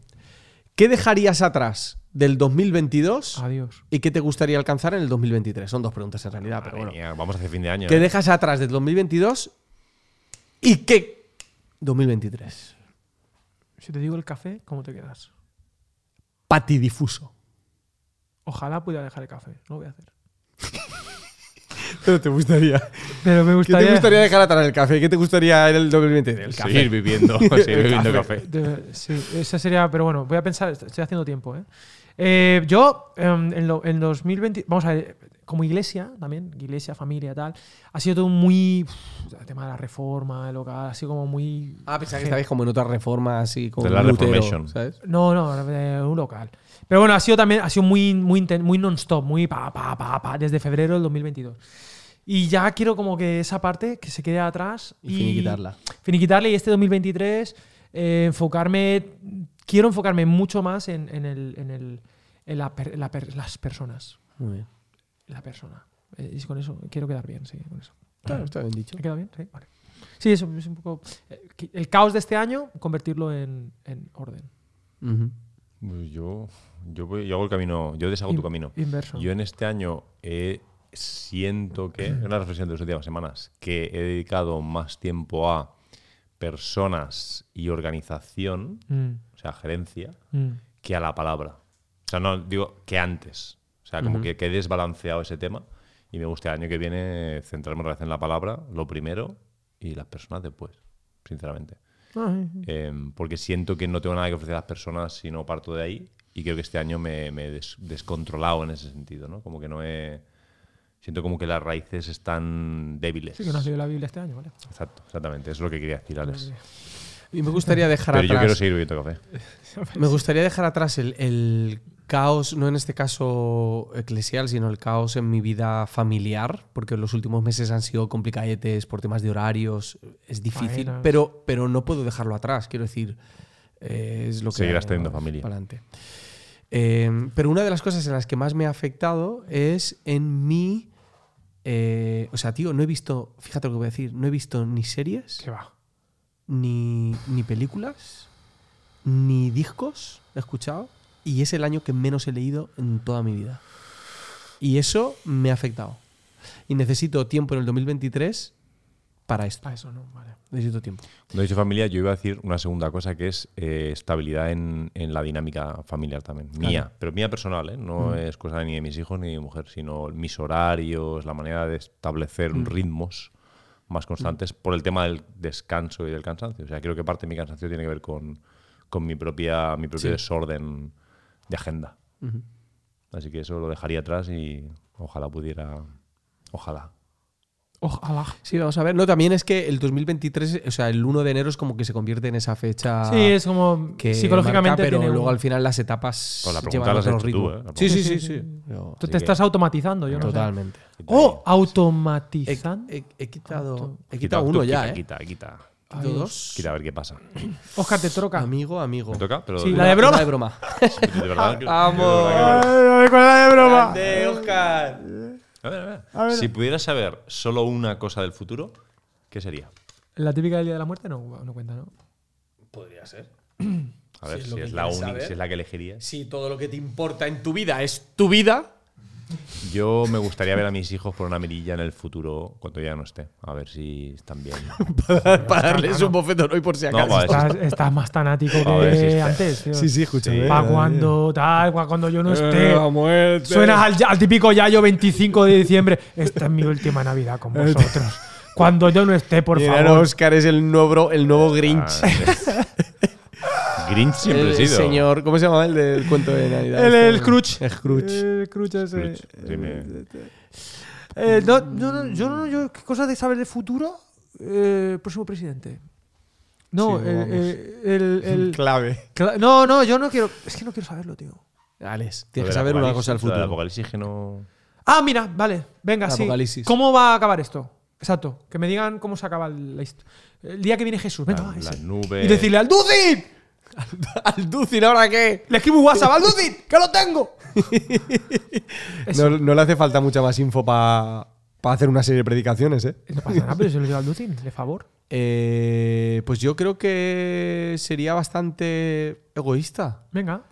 B: ¿Qué dejarías atrás del 2022
A: Adiós.
B: y qué te gustaría alcanzar en el 2023? Son dos preguntas en realidad, pero
C: madre
B: bueno.
C: mía, vamos hacia fin de año.
B: ¿Qué
C: eh.
B: dejas atrás del 2022 y qué 2023?
A: Si te digo el café, ¿cómo te quedas?
B: Patidifuso.
A: Ojalá pudiera dejar el café. No lo voy a hacer.
B: Pero te gustaría.
A: Pero me
B: ¿Qué te gustaría dejar atrás del café? ¿Qué te gustaría en el 2023? El café.
C: Seguir viviendo, <laughs> seguir
B: El
C: bebiendo
B: café.
C: café.
A: De- sí, esa sería, pero bueno, voy a pensar, est- estoy haciendo tiempo. ¿eh? Eh, yo, em, en, lo- en 2020, vamos a ver, como iglesia también, iglesia, familia, tal, ha sido todo muy. uf, el tema de la reforma, el local, así como muy.
B: Ah, pensaba que estabais como en otra reforma así como
C: De la
B: Lutero,
C: Reformation.
B: ¿sabes?
A: No, no, eh, un local. Pero bueno, ha sido también, ha sido muy, muy, inten- muy non-stop, muy pa, pa, pa, pa, desde febrero del 2022. Y ya quiero como que esa parte que se quede atrás.
B: Y finiquitarla.
A: Finiquitarla y este 2023 eh, enfocarme, quiero enfocarme mucho más en, en el, en, el- en la per- en la per- las personas.
B: Muy bien.
A: La persona. Eh, y con eso quiero quedar bien, sí, con eso.
B: Claro, está bien dicho.
A: ¿Me queda bien? Sí, vale. Sí, eso es un poco... eh, que- El caos de este año, convertirlo en, en orden.
B: Ujú.
C: Pues Yo, yo, voy- yo hago el camino, yo deshago tu
A: In-
C: camino.
A: inverso.
C: Yo en este año eh, siento que, es una reflexión de las últimas semanas, que he dedicado más tiempo a personas y organización,
A: Mm,
C: o sea, gerencia,
A: mm.
C: que a la palabra. O sea, no digo que antes. O sea, como que, que he desbalanceado ese tema y me gusta el año que viene centrarme otra vez en la palabra, lo primero, y las personas después, sinceramente.
A: Ay,
C: Em, porque siento que no tengo nada que ofrecer a las personas si no parto de ahí. Y creo que este año me, me he des- descontrolado en ese sentido, ¿no? Como que no he. Siento como que las raíces están débiles.
A: Sí, que no has leído la Biblia este año, ¿vale?
C: Exacto, exactamente. Es lo que quería decir, Alex.
B: Y me gustaría dejar
C: Pero
B: atrás.
C: yo quiero seguir bebiendo café.
A: <laughs>
B: Me gustaría dejar atrás el, el caos, no en este caso eclesial, sino el caos en mi vida familiar, porque los últimos meses han sido complicadetes por temas de horarios, es difícil,
A: Faenas.
B: pero, pero no puedo dejarlo atrás, quiero decir, eh, es lo que...
C: Seguirás
B: hay,
C: teniendo
B: vamos,
C: familia.
B: pa'lante. Eh, pero una de las cosas en las que más me ha afectado es en mi... eh, o sea, tío, no he visto, fíjate lo que voy a decir, no he visto ni series
A: Que va.
B: ni, ni películas, ni discos he escuchado, y es el año que menos he leído en toda mi vida. Y eso me ha afectado. Y necesito tiempo en el 2023 para esto.
A: Para eso no, vale.
B: Necesito tiempo.
C: No dice familia, yo iba a decir una segunda cosa que es eh, estabilidad en, en la dinámica familiar también. Mía, pero mía personal, ¿eh? no
B: Mm.
C: es cosa ni de mis hijos ni de mi mujer, sino mis horarios, la manera de establecer
B: Mm.
C: ritmos más constantes por el tema del descanso y del cansancio. O sea, creo que parte de mi cansancio tiene que ver con, con mi, propia, mi propio desorden de agenda. Así que eso lo dejaría atrás y ojalá pudiera. Ojalá.
A: Ojalá.
B: Sí, vamos a ver. No, también es que el 2023, o sea, el 1 de enero es como que se convierte en esa fecha.
A: Sí, es como
B: Ah, que
A: psicológicamente.
B: marca, pero
A: tiene un-
B: luego al final las etapas
C: Pues la pregunta
B: llevan
C: la has
B: otro
C: hecho tú,
B: ritmo.
C: ¿eh? La
B: Sí, sí,
A: pregunta.
B: sí, sí. Yo-
A: Tú
C: Así
A: te
C: que-
A: estás automatizando, yo no sé.
B: totalmente.
A: ¡Oh!
B: He,
A: Automatizando.
B: he- he quitado, he
C: Quita
B: quitado uno
C: tú,
B: ya,
C: quita,
B: ¿eh?
C: Quita, quita.
B: Quitado dos.
C: Quita a ver qué pasa.
A: Oscar, te troca.
B: Amigo, amigo.
C: ¿Me toca? Pero
A: Sí,
C: de-
A: la <laughs> de broma.
B: Una de broma.
C: de verdad que-
B: Ah, Vamos.
C: de verdad
A: de
C: que-
A: broma.
B: De Oscar.
C: A ver, a ver. Si pudieras saber solo una cosa del futuro, ¿qué sería?
A: La típica del día de la muerte no, no cuenta,
B: <laughs>
A: ¿no?
B: Podría ser.
C: A
B: Si
C: ver
B: es
C: si,
B: lo que
C: es la
B: quieres
C: única,
B: saber.
C: si es la que elegirías.
B: Si todo lo que te importa en tu vida es tu vida. <laughs>
C: Yo me gustaría ver a mis hijos por una mirilla en el futuro cuando ya no esté. A ver si están bien.
B: para darles un bofetón hoy por si
C: No,
B: acaso.
C: va,
A: Estás, estás más tanático que
C: A ver si está-
A: antes, tío.
B: sí, eh, escúchame.
A: Pa' cuando tal, pa' cuando
B: Eh,
A: yo no esté.
B: muerte.
A: Suenas al, al típico Yayo 25 de diciembre. Esta es mi última Navidad
B: <laughs>
A: con vosotros. Cuando yo no esté, por
B: Eh, Mira,
A: favor.
B: Oscar es el nuevo, el nuevo Grinch. <laughs>
C: es- Grinch Ah, siempre
B: el
C: he sido.
B: señor, ¿cómo se llamaba el del cuento de Navidad?
A: El- el
B: Este,
A: Scrooge.
B: El Scrooge.
A: Eh, escucha ese.
C: Grinch, sí, me-
A: Eh, no, no, no, yo no, yo, ¿qué cosa de saber de futuro? Eh, próximo presidente. No,
B: Sí,
A: eh,
B: vamos.
A: eh, el,
B: <laughs>
A: el-
B: Clave.
A: cla- no, no, yo no quiero. Es que no quiero saberlo, tío.
B: Alex,
C: Lo
B: tienes
C: del
B: que saber una cosa del
C: apocalipsis- lo del
B: futuro.
C: apocalipsis que no.
A: Ah, mira, vale, venga,
B: El
A: sí.
B: apocalipsis.
A: ¿Cómo va a acabar esto? Exacto, que me digan cómo se acaba la hist- El día que viene Jesús, venga,
B: Ah,
C: La-
A: va, ese.
C: las nubes.
A: Y decirle al <laughs> Ducin,
B: ¿Al Ducin ahora qué?
A: le escribo un WhatsApp al Ducin, que lo tengo.
B: <laughs> No, no le hace falta mucha más info para hacer una serie de predicaciones, ¿eh?
A: <laughs> No pasa nada, pero se lo digo al Ducin, de favor.
B: Eh, Pues yo creo que sería bastante egoísta.
A: Venga.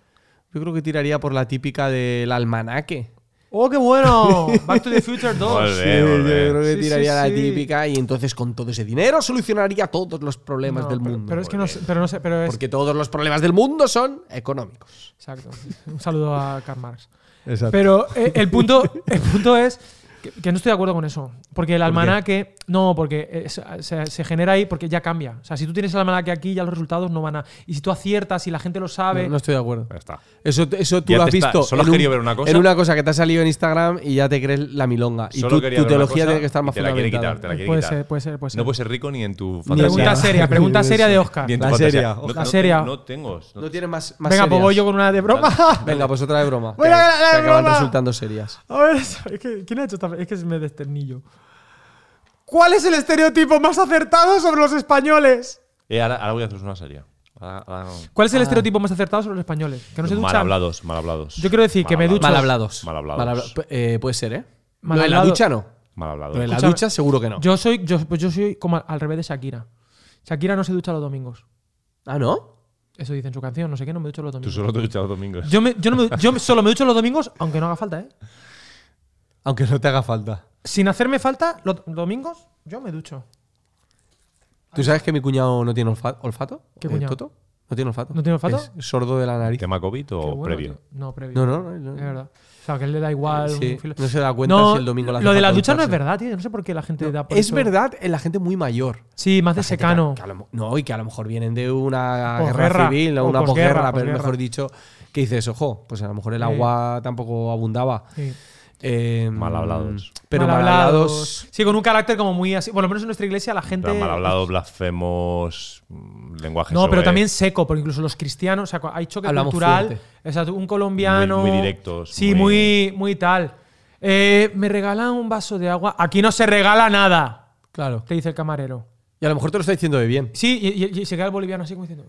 B: Yo creo que tiraría por la típica del almanaque.
A: ¡Oh, qué
B: <laughs>
A: bueno! Back to the Future 2.
C: Muy
B: Sí,
C: bien, muy
B: yo
C: bien.
B: creo que
A: Sí, sí,
B: tiraría la
A: sí.
B: típica y entonces con todo ese dinero solucionaría todos los problemas
A: No,
B: del
A: pero-
B: mundo.
A: Pero es que no sé, pero no sé, pero es.
B: porque todos los problemas del mundo son económicos.
A: Exacto. Un saludo a Karl Marx.
B: Exacto.
A: Pero eh, el, punto, el punto es que, que no estoy de acuerdo con eso. Porque el almanaque. No, porque es- se, se genera ahí porque ya cambia. O sea, si tú tienes el almanaque aquí, ya los resultados no van a. Y si tú aciertas y la gente lo sabe.
B: no, no estoy de acuerdo.
C: Ya está.
B: Eso, eso tú
C: Ya
B: lo
C: te
B: has
C: está-
B: visto.
C: solo has
B: en un-
C: querido ver una cosa.
B: En una cosa que te ha salido en Instagram y ya te crees la milonga. Y
C: Solo
B: tu,
C: quería
B: tu
C: ver una
B: teología
C: cosa
B: tiene que estar
C: y
B: más
C: te la quiere
B: fundamentada.
C: quitar, te la quiere
A: puede
C: quitar.
A: ser, puede ser, puede ser.
C: No puedes ser rico ni en tu fantasía.
A: pregunta
B: nada.
A: seria,
B: <laughs>
A: pregunta
B: Ni
A: seria de
B: eso.
A: Oscar.
C: Ni en tu
B: La
C: fantasía.
B: seria.
C: No,
B: La
C: no te-
A: seria.
C: No tengo. no-
B: No tiene más, más
A: Venga, pues voy
B: serias.
A: yo con una de broma.
B: Venga, pues otra de broma.
A: Voy a
B: que-
A: ganar la
B: que
A: de
B: acaban
A: broma.
B: resultando serias.
A: <laughs> A ver, es que, ¿quién ha hecho esta? Es que me desternillo. ¿Cuál es el estereotipo más acertado sobre los españoles?
C: Eh, ahora, ahora voy a haceros una seria. Ahora- ahora no.
A: ¿Cuál es
B: Ah.
A: el estereotipo más acertado sobre los españoles? Que
B: Pues
A: no se
C: Mal
A: duchan.
C: hablados, mal hablados.
A: Yo quiero decir que me
C: Mal
A: ducho-
B: Mal hablados.
C: Mal hablados.
B: habla- eh, puede ser, ¿eh?
A: Mal
B: Lo de la
A: hablado.
B: ducha no.
C: Mal hablados.
B: Lo de la
A: Escúchame.
B: ducha seguro que no.
A: Yo soy, yo, pues yo soy como al revés de Shakira. Shakira no se ducha los domingos.
B: Ah, ¿no?
A: Eso dice en su canción, no sé qué, no me ducho los
C: Tú
A: domingos.
C: solo te duchas los domingos.
A: Yo, me- yo no me- yo solo me ducho los domingos, aunque no haga falta, ¿eh?
B: Aunque no te haga falta.
A: Sin hacerme falta, los domingos yo me ducho.
B: ¿Tú sabes que mi cuñado no tiene olfa- olfato?
A: ¿Qué
B: Eh,
A: cuñado?
B: Toto? No tiene olfato.
A: ¿No tiene olfato?
B: Es sordo de la nariz.
C: ¿Tema COVID o
A: Qué bueno,
C: previo?
A: tío. No, previo.
B: No, no, no, no.
A: Es verdad. O sea, que él le da igual.
B: Sí,
A: un filo-
B: no se da cuenta
A: No,
B: si el domingo le hace
A: Lo de la
B: falta
A: ducha no es
B: ducharse.
A: verdad, tío. Yo No sé por qué la gente da por
B: Es
A: eso.
B: verdad en la gente muy mayor.
A: Sí, más de
B: Gente
A: secano.
B: que a- que a lo mo- no, y que a lo mejor vienen de una
A: Posguerra,
B: guerra civil o
A: o
B: una
A: posguerra,
B: posguerra, pero
A: posguerra.
B: mejor dicho, que dices, ojo, pues a lo mejor el
A: Sí.
B: agua tampoco abundaba.
A: Sí.
B: Eh,
C: Mal hablados.
B: Pero mal, hablados.
A: Sí, con un carácter como muy así. Por lo menos en nuestra iglesia la gente.
C: Mal hablados, blasfemos, mm, lenguaje
A: No, pero
C: soez,
A: también seco, porque incluso los cristianos, o sea, hay choque
B: Hablamos
A: cultural.
B: fuerte.
A: O sea, un colombiano.
C: Muy- muy directos,
A: Sí, muy,
C: muy-
A: muy tal. Eh, me regalan un vaso de agua. Aquí no se regala nada,
B: Claro.
A: te dice el camarero.
B: Y a lo mejor te lo está diciendo de bien.
A: Sí, y, y- y se queda el boliviano así como diciendo.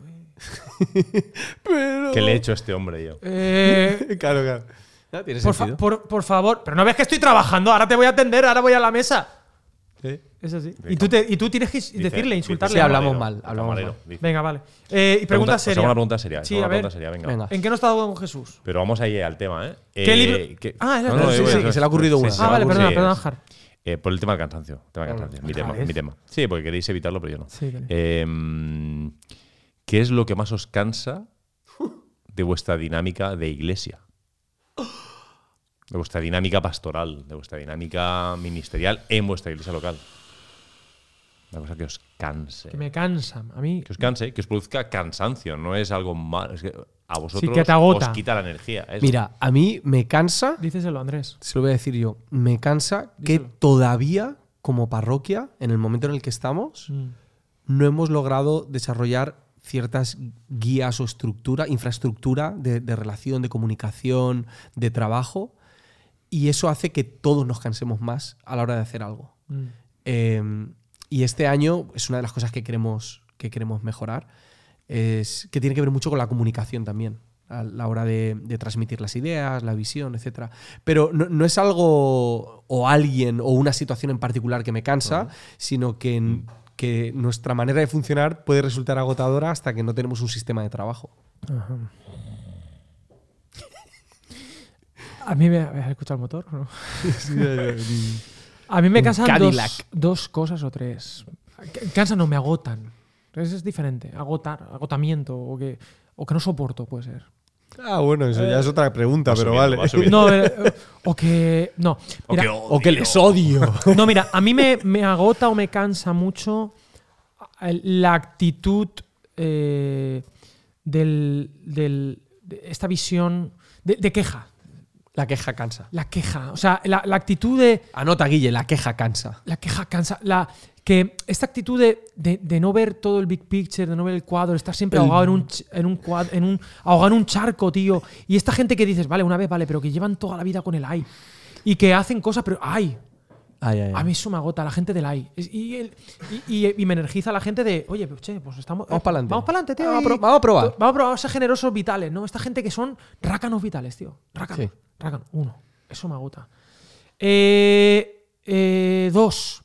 A: "Eh,
B: Pero.
C: ¿Qué le he
A: <laughs>
C: hecho a este hombre yo? <laughs>
A: eh,
B: Claro, claro. No, tiene
A: por, fa-
B: sentido.
A: por- por favor. Pero no ves que estoy trabajando, ahora te voy a atender, ahora voy a la mesa.
B: Sí.
A: Eso sí. Y tú, te- y tú tienes que ins-
C: Dice-
A: decirle,
C: dice
A: insultarle.
B: Sí,
C: el
B: hablamos
C: camarero,
B: mal,
C: el
B: hablamos
C: camarero,
B: mal.
C: dice.
A: Venga, vale. Eh, y pregunta,
C: Pregunta-
A: seria.
C: segunda pregunta seria,
A: Sí,
C: segunda
A: a ver.
C: pregunta seria, venga.
B: Venga.
A: ¿En qué no está con Jesús?
C: Pero vamos ahí al tema, ¿eh?
A: ¿Qué
C: Eh,
A: libro-
C: que-
A: Ah, es verdad,
C: no, no,
A: sí,
C: eh,
A: sí,
C: bueno,
B: que se le ha ocurrido
C: sí,
B: una.
C: se
A: Ah,
C: le ha
A: vale,
C: ocurrido-
A: perdona,
C: sí,
A: perdona,
C: es-
A: Jar.
C: Eh, por el tema del cansancio. el tema del cansancio, mi, tema, mi tema. Sí, porque queréis evitarlo, pero yo no.
A: Sí, queréis.
C: Eh, ¿Qué es lo que más os cansa de vuestra dinámica de iglesia? De vuestra dinámica pastoral, de vuestra dinámica ministerial en vuestra iglesia local. Una cosa que os canse.
A: Que me cansa. A mí,
C: Que os canse, que os produzca cansancio. No es algo malo. Es que a vosotros
A: que te agota.
C: os quita la energía. eso.
B: Mira, a mí me cansa,
A: díceselo, Andrés.
B: se lo voy a decir yo, me cansa que
A: Díselo.
B: todavía como parroquia, en el momento en el que estamos,
A: Mm.
B: no hemos logrado desarrollar ciertas guías o estructura, infraestructura de, de relación, de comunicación, de trabajo, y eso hace que todos nos cansemos más a la hora de hacer algo.
A: Mm.
B: Eh, y este año es una de las cosas que queremos, que queremos mejorar, es que tiene que ver mucho con la comunicación también, a la hora de, de transmitir las ideas, la visión, etc. Pero no, no es algo o alguien o una situación en particular que me cansa, sino que, en- que nuestra manera de funcionar puede resultar agotadora hasta que no tenemos un sistema de <laughs> trabajo.
A: A mí me. ¿Has escuchado el motor? o no? A mí me cansan dos,
B: Cadillac.
A: dos cosas o tres. C- Cansan no, me agotan. Entonces es diferente. Agotar, agotamiento o que, o que no soporto, puede ser.
B: Ah, bueno, eso ya es otra pregunta,
C: Va subiendo, va subiendo.
A: No, eh, o que. No.
C: O
A: Mira,
C: que
B: O que
C: odio.
B: les odio.
A: No, mira, a mí me, me agota o me cansa mucho el- la actitud eh, del, del- de esta visión de, de queja.
B: La queja cansa.
A: La queja. O sea, la, la actitud de.
B: Anota, Guille, la queja cansa.
A: La queja cansa. La, que esta actitud de, de- de no ver todo el big picture, de no ver el cuadro, de estar siempre
B: El-
A: ahogado en un, ch- en un cuad- en un ahogado en un charco, tío. Y esta gente que dices, vale, una vez vale, pero que llevan toda la vida con el ay. Y que hacen cosas, pero ay, a mí eso me agota, la gente del AI. Es- Y, el- y, y- y me energiza la gente de, oye, pues, che, pues estamos.
B: Vamos pa'lante.
A: Vamos para adelante, tío.
B: Vamos a
A: y-
B: pro- vamos a probar.
A: Pues Vamos a probar, vamos a ser generosos vitales, ¿no? Esta gente que son rácanos vitales, tío. Rácanos.
B: Sí.
A: Rácanos. Uno. Eso me agota. Eh, eh, dos.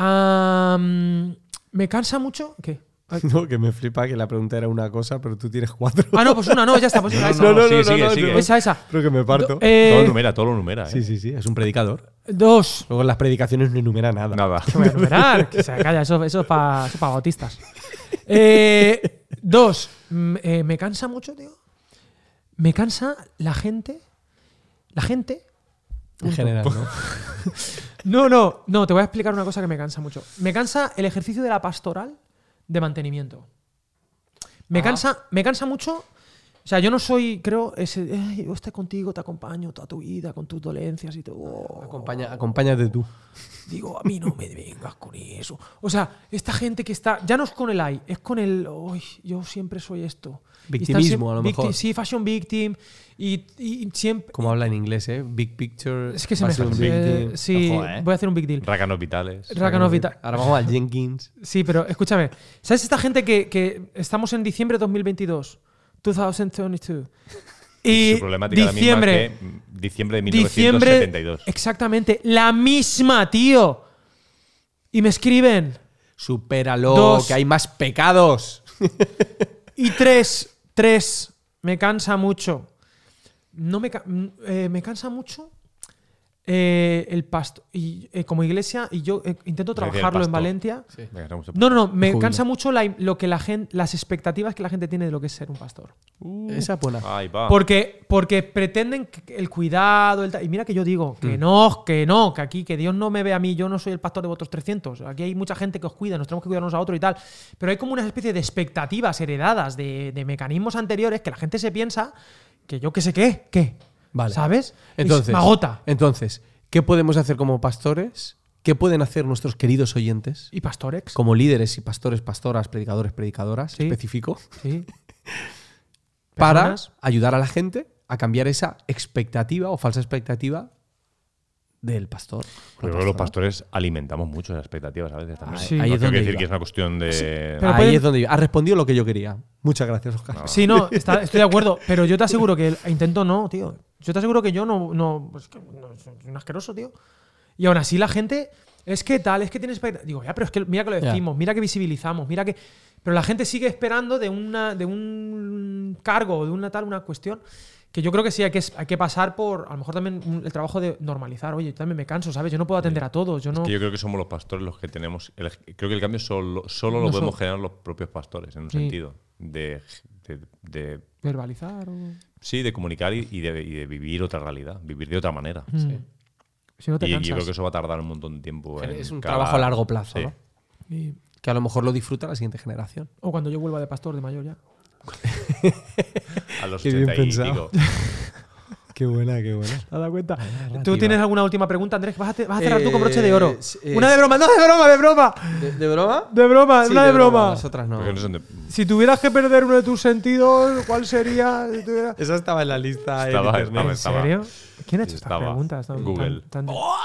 A: Am, me cansa mucho. ¿Qué? Ay.
B: <laughs> No, que me flipa que la pregunta era una cosa, pero tú tienes cuatro. <laughs>
A: Ah, no, pues una, no, ya está. Pues esa, esa.
C: <laughs> No, no, sigue, sigue, sigue.
A: Esa, esa.
B: Creo que me parto.
A: Eh,
C: Todo lo numera, todo lo numera. ¿eh?
B: sí, sí, sí, es un predicador.
A: dos.
B: Luego en las predicaciones no enumera nada.
C: Nada.
A: Que voy a enumerar, que se calla, eso, eso es para bautistas. Eh, dos, mm, eh, me cansa mucho, tío. Me cansa la gente. La gente.
B: En general, ¿no?
A: No, no, no, te voy a explicar una cosa que me cansa mucho. Me cansa el ejercicio de la pastoral de mantenimiento.
B: Ah.
A: Me cansa, me cansa mucho. O sea, yo no soy, creo, ese. "Ay, yo estoy contigo, te acompaño toda tu vida, con tus dolencias y todo.
B: Acompaña- acompáñate tú.
A: Digo, a mí no me vengas con eso. O sea, esta gente que está. Ya no es con el ay, es con el. "Uy, yo siempre soy esto. Y están
B: Victimismo,
A: siem-
B: a lo
A: victim-
B: mejor.
A: sí, fashion victim. Y, y siempre.
B: Como habla en inglés, ¿eh? Big picture.
A: Es que se
B: va
A: me.
B: a ser un
A: eh,
B: big deal.
A: sí,
C: Ojo, eh.
A: voy a hacer un big deal.
C: Rácanos vitales.
A: Rácanos Vita-
B: Ahora vamos al Jenkins.
A: Sí, pero escúchame. ¿Sabes esta gente que, que estamos en diciembre de 2022? 2022. Y
C: Su problemática es la misma
A: diciembre.
C: que, mm, diciembre de
A: diciembre.
C: 1972.
A: Exactamente. La misma, tío. Y me escriben.
B: Supéralo,
A: Dos.
B: que hay más pecados.
A: Y tres, tres, me cansa mucho. No me, ca- mm, eh, me cansa mucho eh, el pasto. Y, eh, como iglesia, y yo eh, intento
C: Iglesia del
A: trabajarlo en
C: pastor.
A: Valencia.
C: Me encanta mucho.
A: No, no, no, me
B: Júbilo.
A: cansa mucho la im- lo que la gen- las expectativas que la gente tiene de lo que es ser un pastor.
B: Esa es buena.
C: Ahí va.
A: Porque, porque pretenden que el cuidado, el tal- y mira que yo digo,
B: Mm.
A: que no, que no, que aquí, que Dios no me ve a mí, yo no soy el pastor de vosotros 300. Aquí hay mucha gente que os cuida, nos tenemos que cuidarnos a otro y tal. Pero hay como una especie de expectativas heredadas de, de mecanismos anteriores que la gente se piensa que yo qué sé qué, qué.
B: Vale.
A: ¿Sabes? Y
B: Entonces,
A: me agota.
B: Entonces, ¿qué podemos hacer como pastores? ¿Qué pueden hacer nuestros queridos oyentes?
A: Y pastorex.
B: Como líderes y pastores, pastoras, predicadores, predicadoras,
A: Sí.
B: específico,
A: Sí.
B: para
A: Personas.
B: ayudar a la gente a cambiar esa expectativa o falsa expectativa del pastor. o la
C: Yo creo que los
B: pastora.
C: pastores alimentamos mucho las expectativas a veces también.
A: Sí.
C: No
B: Ahí es
C: tengo que
B: donde
C: decir
B: iba.
C: que es una cuestión de.
A: pero
B: Ahí
A: pueden-
B: es donde yo- Ha respondido lo que yo quería. Muchas gracias, Oscar.
A: Sí, no, está- estoy de acuerdo, pero yo te aseguro que el- intento no, tío. Yo te aseguro que yo no, no, pues que no, soy un asqueroso, tío. Y aún así la gente es que tal, es que tienes digo, ya, pero es que mira que lo
B: Ya.
A: decimos, mira que visibilizamos, mira que pero la gente sigue esperando de una de un cargo, de una tal una cuestión Que yo creo que sí, hay que, hay que pasar por, a lo mejor también un- el trabajo de normalizar, oye, yo también me canso, ¿sabes? Yo no puedo atender a todos, yo no...
C: Que yo creo que somos los pastores los que tenemos. el- creo que el cambio solo, solo lo
A: No
C: podemos
A: so-
C: generar los propios pastores, en un
A: Sí.
C: sentido. De, de- de-
A: Verbalizar o...
C: sí, de comunicar y, y de, y de vivir otra realidad, vivir de otra manera.
A: Mm. Si no te
C: Y
A: cansas.
C: yo creo que eso va a tardar un montón de tiempo. en
B: Es un
C: cada-
B: trabajo a largo plazo,
C: Sí.
B: ¿no?
A: Y-
B: Que a lo mejor lo disfruta la siguiente generación.
A: O cuando yo vuelva de pastor de mayor ya.
C: A los
B: Qué bien
C: 80 y
B: pensado.
C: pico.
A: <laughs>
B: Qué buena, qué buena.
A: ¿Te has dado cuenta? ¿Tú
B: narrativa.
A: tienes alguna última pregunta, Andrés? Vas a, te- vas a cerrar tú con broche de oro.
B: Eh, sí, eh,
A: una de broma, no, de broma, de broma.
B: ¿De, de broma?
A: De broma,
B: Sí,
A: una de, broma.
B: Las otras no.
C: Porque no son de-
A: Si tuvieras que perder uno de tus sentidos, ¿cuál sería? Si tuvieras-
B: Esa estaba en la lista
C: Estaba-
B: en internet.
C: estaba-
A: ¿En serio? ¿Quién ha hecho estas
C: Estaba
A: preguntas? tan-
C: Google.
A: tan- tan-
B: ¡Oh!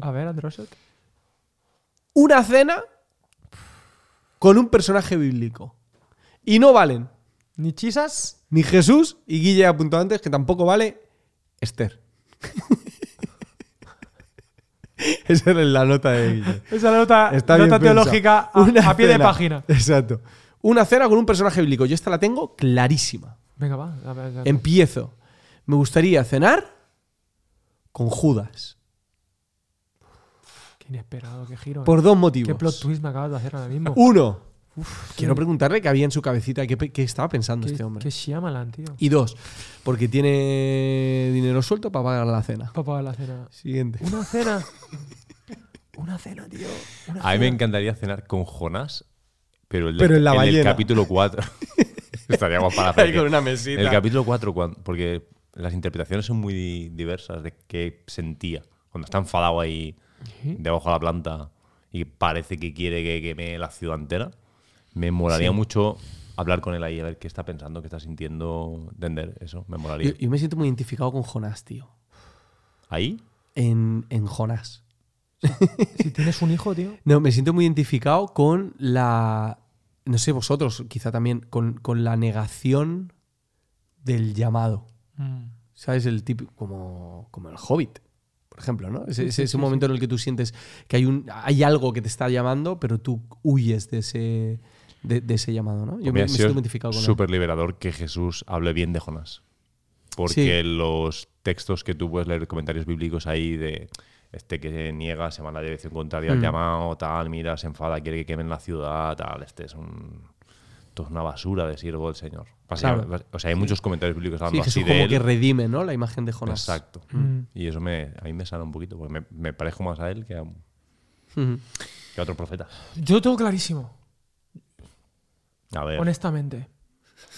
A: A ver, Androset.
B: Una cena con un personaje bíblico. Y no valen
A: Ni chisas.
B: ni Jesús y Guille apuntó antes que tampoco vale Esther. <laughs> Esa es la nota de Guille.
A: Esa nota,
B: Está
A: nota
B: bien
A: teológica a,
B: pensado. <laughs> Una
A: a pie de
B: cena.
A: página.
B: Exacto. Una cena con un personaje bíblico. Yo esta la tengo clarísima.
A: Venga, va. a ver, a
B: Em-
A: ver.
B: Empiezo. Me gustaría cenar con Judas.
A: Qué inesperado, qué giro. eh.
B: Por dos
A: Qué
B: motivos.
A: plot twist me acabas de hacer ahora mismo.
B: Uno. Quiero preguntarle qué había en su cabecita, qué, pe- qué estaba pensando
A: qué,
B: este hombre.
A: qué Shyamalan, tío.
B: Y dos, porque tiene dinero suelto para pagar la cena.
A: Papá de la cena.
B: Siguiente.
A: Una cena. Una cena, tío. Una
C: A
B: <laughs>
C: mí me
A: cena.
C: encantaría cenar con Jonás, pero el,
B: Pero en la
C: el del
B: ballena.
C: capítulo
B: <laughs>
C: 4. Estaría guapo para hacer.
B: Ahí con una mesita.
C: El capítulo 4, cuan- porque las interpretaciones son muy diversas de qué sentía. Cuando está enfadado ahí debajo de la planta y parece que quiere que queme la ciudad entera, me molaría mucho hablar con él ahí, a ver qué está pensando, qué está sintiendo, entender eso, me molaría.
B: Yo, yo me siento muy identificado con Jonás, tío.
C: ¿Ahí?
B: En, en Jonás.
A: Si tienes un hijo, tío.
B: No, me siento muy identificado con la. No sé, vosotros, quizá también, con, con la negación del llamado. ¿Sabes? El típico. Como, como el hobbit, por ejemplo, ¿no? Ese, ese- ese momento en el que tú sientes que hay, un, hay algo que te está llamando, pero tú huyes de ese, de, de ese llamado, ¿no? Yo me, me siento identificado con él.
C: súper liberador que Jesús hable bien de Jonás. Porque los textos que tú puedes leer, comentarios bíblicos ahí de este que niega, se va en la dirección contraria al
B: Mm.
C: llamado, tal, mira, se enfada, quiere que quemen la ciudad, tal, este es un. Esto es una basura de siervo del Señor. Básicamente,
B: Claro.
C: O sea, hay muchos comentarios bíblicos
B: Sí,
C: hablando
B: Jesús
C: así de
B: como
C: él.
B: que redime, ¿no? La imagen de Jonás. Mm.
C: Exacto.
A: Mm.
C: Y eso me, a mí me sana un poquito, porque me, me parezco más a él que a,
B: Ujú.
C: que a otros profetas.
A: Yo lo tengo clarísimo,
C: A
A: Eh.
C: ver,
A: honestamente.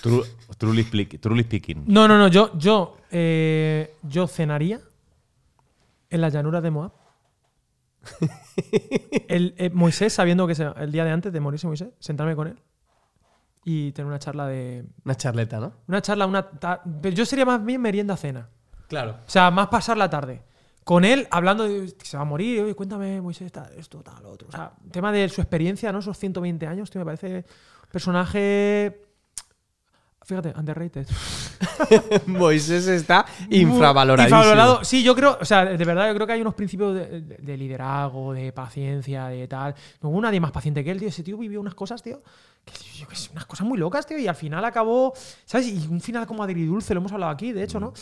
C: tru- truly, speak- truly
B: Mm.
C: speaking.
A: No, no, no. Yo, yo, eh, yo cenaría en la llanura de <laughs> Moab. El, eh, Moisés, sabiendo que se- el día de antes de morirse Moisés, sentarme con él y tener una charla de.
B: Una charleta, ¿no?
A: Una charla, una. ta- pero yo sería más bien merienda-cena.
B: Claro.
A: O sea, más pasar la tarde. Con él hablando de que se va a morir, oye, cuéntame, Moisés, tal, esto, tal, lo otro. O sea, tema de su experiencia, ¿no? Esos 120 años, tío, me parece personaje. Fíjate, underrated.
B: <laughs> Moisés está infravaloradísimo.
A: Infravalorado. Sí, yo creo, o sea, de verdad, yo creo que hay unos principios de, de- de liderazgo, de paciencia, de tal. No hubo nadie más paciente que él, tío. Ese tío vivió unas cosas, tío, que, yo qué sé, unas cosas muy locas, tío, y al final acabó, ¿sabes? Y un final como agridulce, lo hemos hablado aquí, de hecho, ¿no?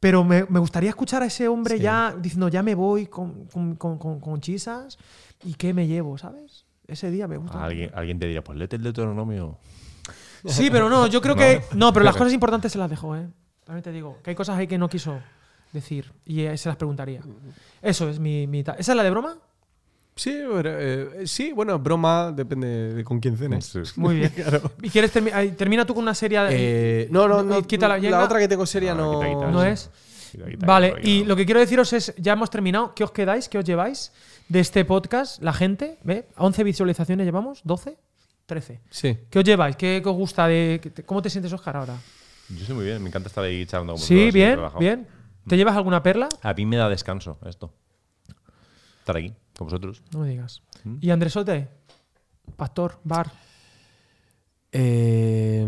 A: Pero me, me gustaría escuchar a ese hombre ya diciendo, ya me voy con, con, con- con- con chisas y qué me llevo, ¿sabes? Ese día me gusta.
C: Alguien, alguien te diría, pues léete el Deuteronomio.
A: Sí, pero no, yo creo que. No, pero las cosas importantes se las dejó, ¿eh? También te digo, que hay cosas ahí que no quiso decir y eh, se las preguntaría. Eso es mi. mi ta- ¿Esa es la de broma?
B: Sí, pero, eh, sí, bueno, broma, depende de con quién cenes. <laughs>
C: Sí.
A: Muy bien. ¿Y quieres termi- ay, termina tú con una serie.
B: Eh, no, no, no.
A: Y quita la yenga.
B: otra que tengo seria
C: Ah,
B: no.
C: quita, quita.
A: ¿No es? Vale, y lo que quiero deciros es, ya hemos terminado, ¿qué os quedáis? ¿Qué os lleváis de este podcast? La gente, ¿ve? 11 visualizaciones llevamos, 12, 13.
B: Sí.
A: ¿Qué os lleváis? ¿Qué, qué os gusta? de qué te- ¿Cómo te sientes, Oscar, ahora?
C: Yo estoy muy bien, me encanta estar ahí charlando con vosotros,
A: Sí,
C: así,
A: bien,
C: relajado.
A: bien. ¿Te llevas alguna perla?
C: A mí me da descanso esto. Estar aquí con vosotros.
A: No me digas. ¿Y Andresote? Pastor, bar.
B: Eh,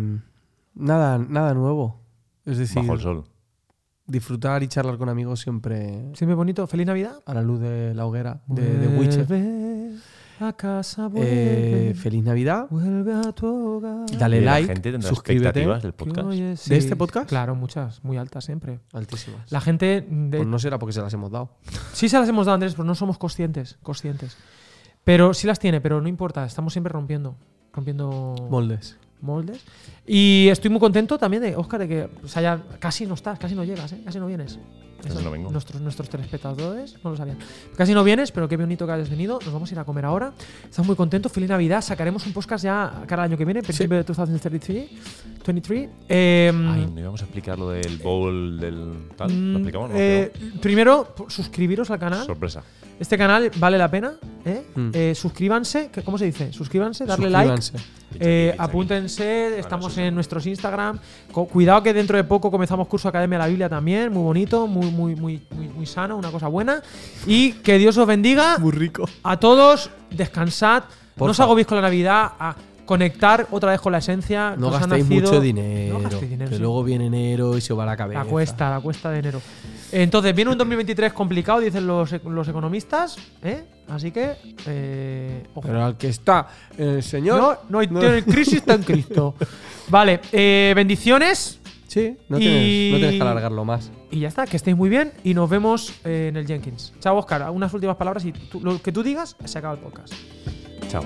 B: nada, nada nuevo. Es decir,
C: Bajo el sol.
B: disfrutar y charlar con amigos siempre
A: Siempre bonito. Feliz Navidad.
B: a la luz de la hoguera de, de Witcher.
A: Vuelve. A casa vuelve,
B: Eh, feliz Navidad.
A: vuelve a tu hogar.
B: Dale
C: Y la
B: like,
C: gente tendrá
B: suscríbete.
C: expectativas del
A: que
C: podcast.
A: hoy es-
B: ¿De este podcast?
A: Claro, muchas, muy altas siempre.
B: Altísimas.
A: La gente, de-
B: Pues no será porque se las hemos dado.
A: sí se las hemos dado Andrés, pero no somos conscientes, conscientes. Pero sí las tiene, pero no importa, estamos siempre rompiendo, rompiendo
B: Moldes.
A: moldes. Y estoy muy contento también de, Óscar, de que o sea, ya casi no estás, casi no llegas, ¿eh? casi no vienes.
C: Casi no vengo.
A: Nuestros, nuestros telespectadores no lo sabían. Casi no vienes, pero qué bonito que hayas venido. Nos vamos a ir a comer ahora. Estamos muy contentos. Feliz Navidad. Sacaremos un podcast ya cara al año que viene, principio de 2033. 23. Eh,
C: Ay, no íbamos a explicar lo del bowl del tal.
A: mm,
C: ¿Lo explicamos? No,
A: eh,
C: creo.
A: primero, por- suscribiros al canal.
C: Sorpresa.
A: Este canal vale la pena. ¿eh?
B: Mm.
A: Eh, suscríbanse. que- ¿Cómo se dice? Suscríbanse, darle like.
B: Suscríbanse.
C: Pincha aquí,
A: Eh,
C: pincha aquí.
A: apúntense, estamos
C: eso
A: en nuestros Instagram. Co- cuidado que dentro de poco comenzamos curso Academia de la Biblia también, muy bonito, muy, muy, muy, muy, muy sano, una cosa buena. Y que Dios os bendiga.
B: Muy rico.
A: A todos, descansad, no os
B: Porfa.
A: agobiéis con la Navidad, a conectar otra vez con la esencia. que
B: No
A: os ha
B: gastéis
A: nacido.
B: mucho dinero.
A: No gastéis dinero.
B: que
A: sí.
B: luego viene enero y se os va la cabeza.
A: La cuesta, la cuesta de enero. Entonces, viene un 2023 complicado, dicen los, los economistas. ¿eh? Así que, eh, ojo.
B: Pero al que está el Señor.
A: No, no hay tiene crisis está en Cristo. <laughs> Vale, eh, bendiciones
B: <laughs> Sí, no,
A: Y-
B: tienes, no tienes que alargarlo más.
A: y ya está, que estéis muy bien y nos vemos eh, en el Jenkins. Chao, Oscar. Unas últimas palabras y tú- lo que tú digas se acaba el podcast.
C: Chao.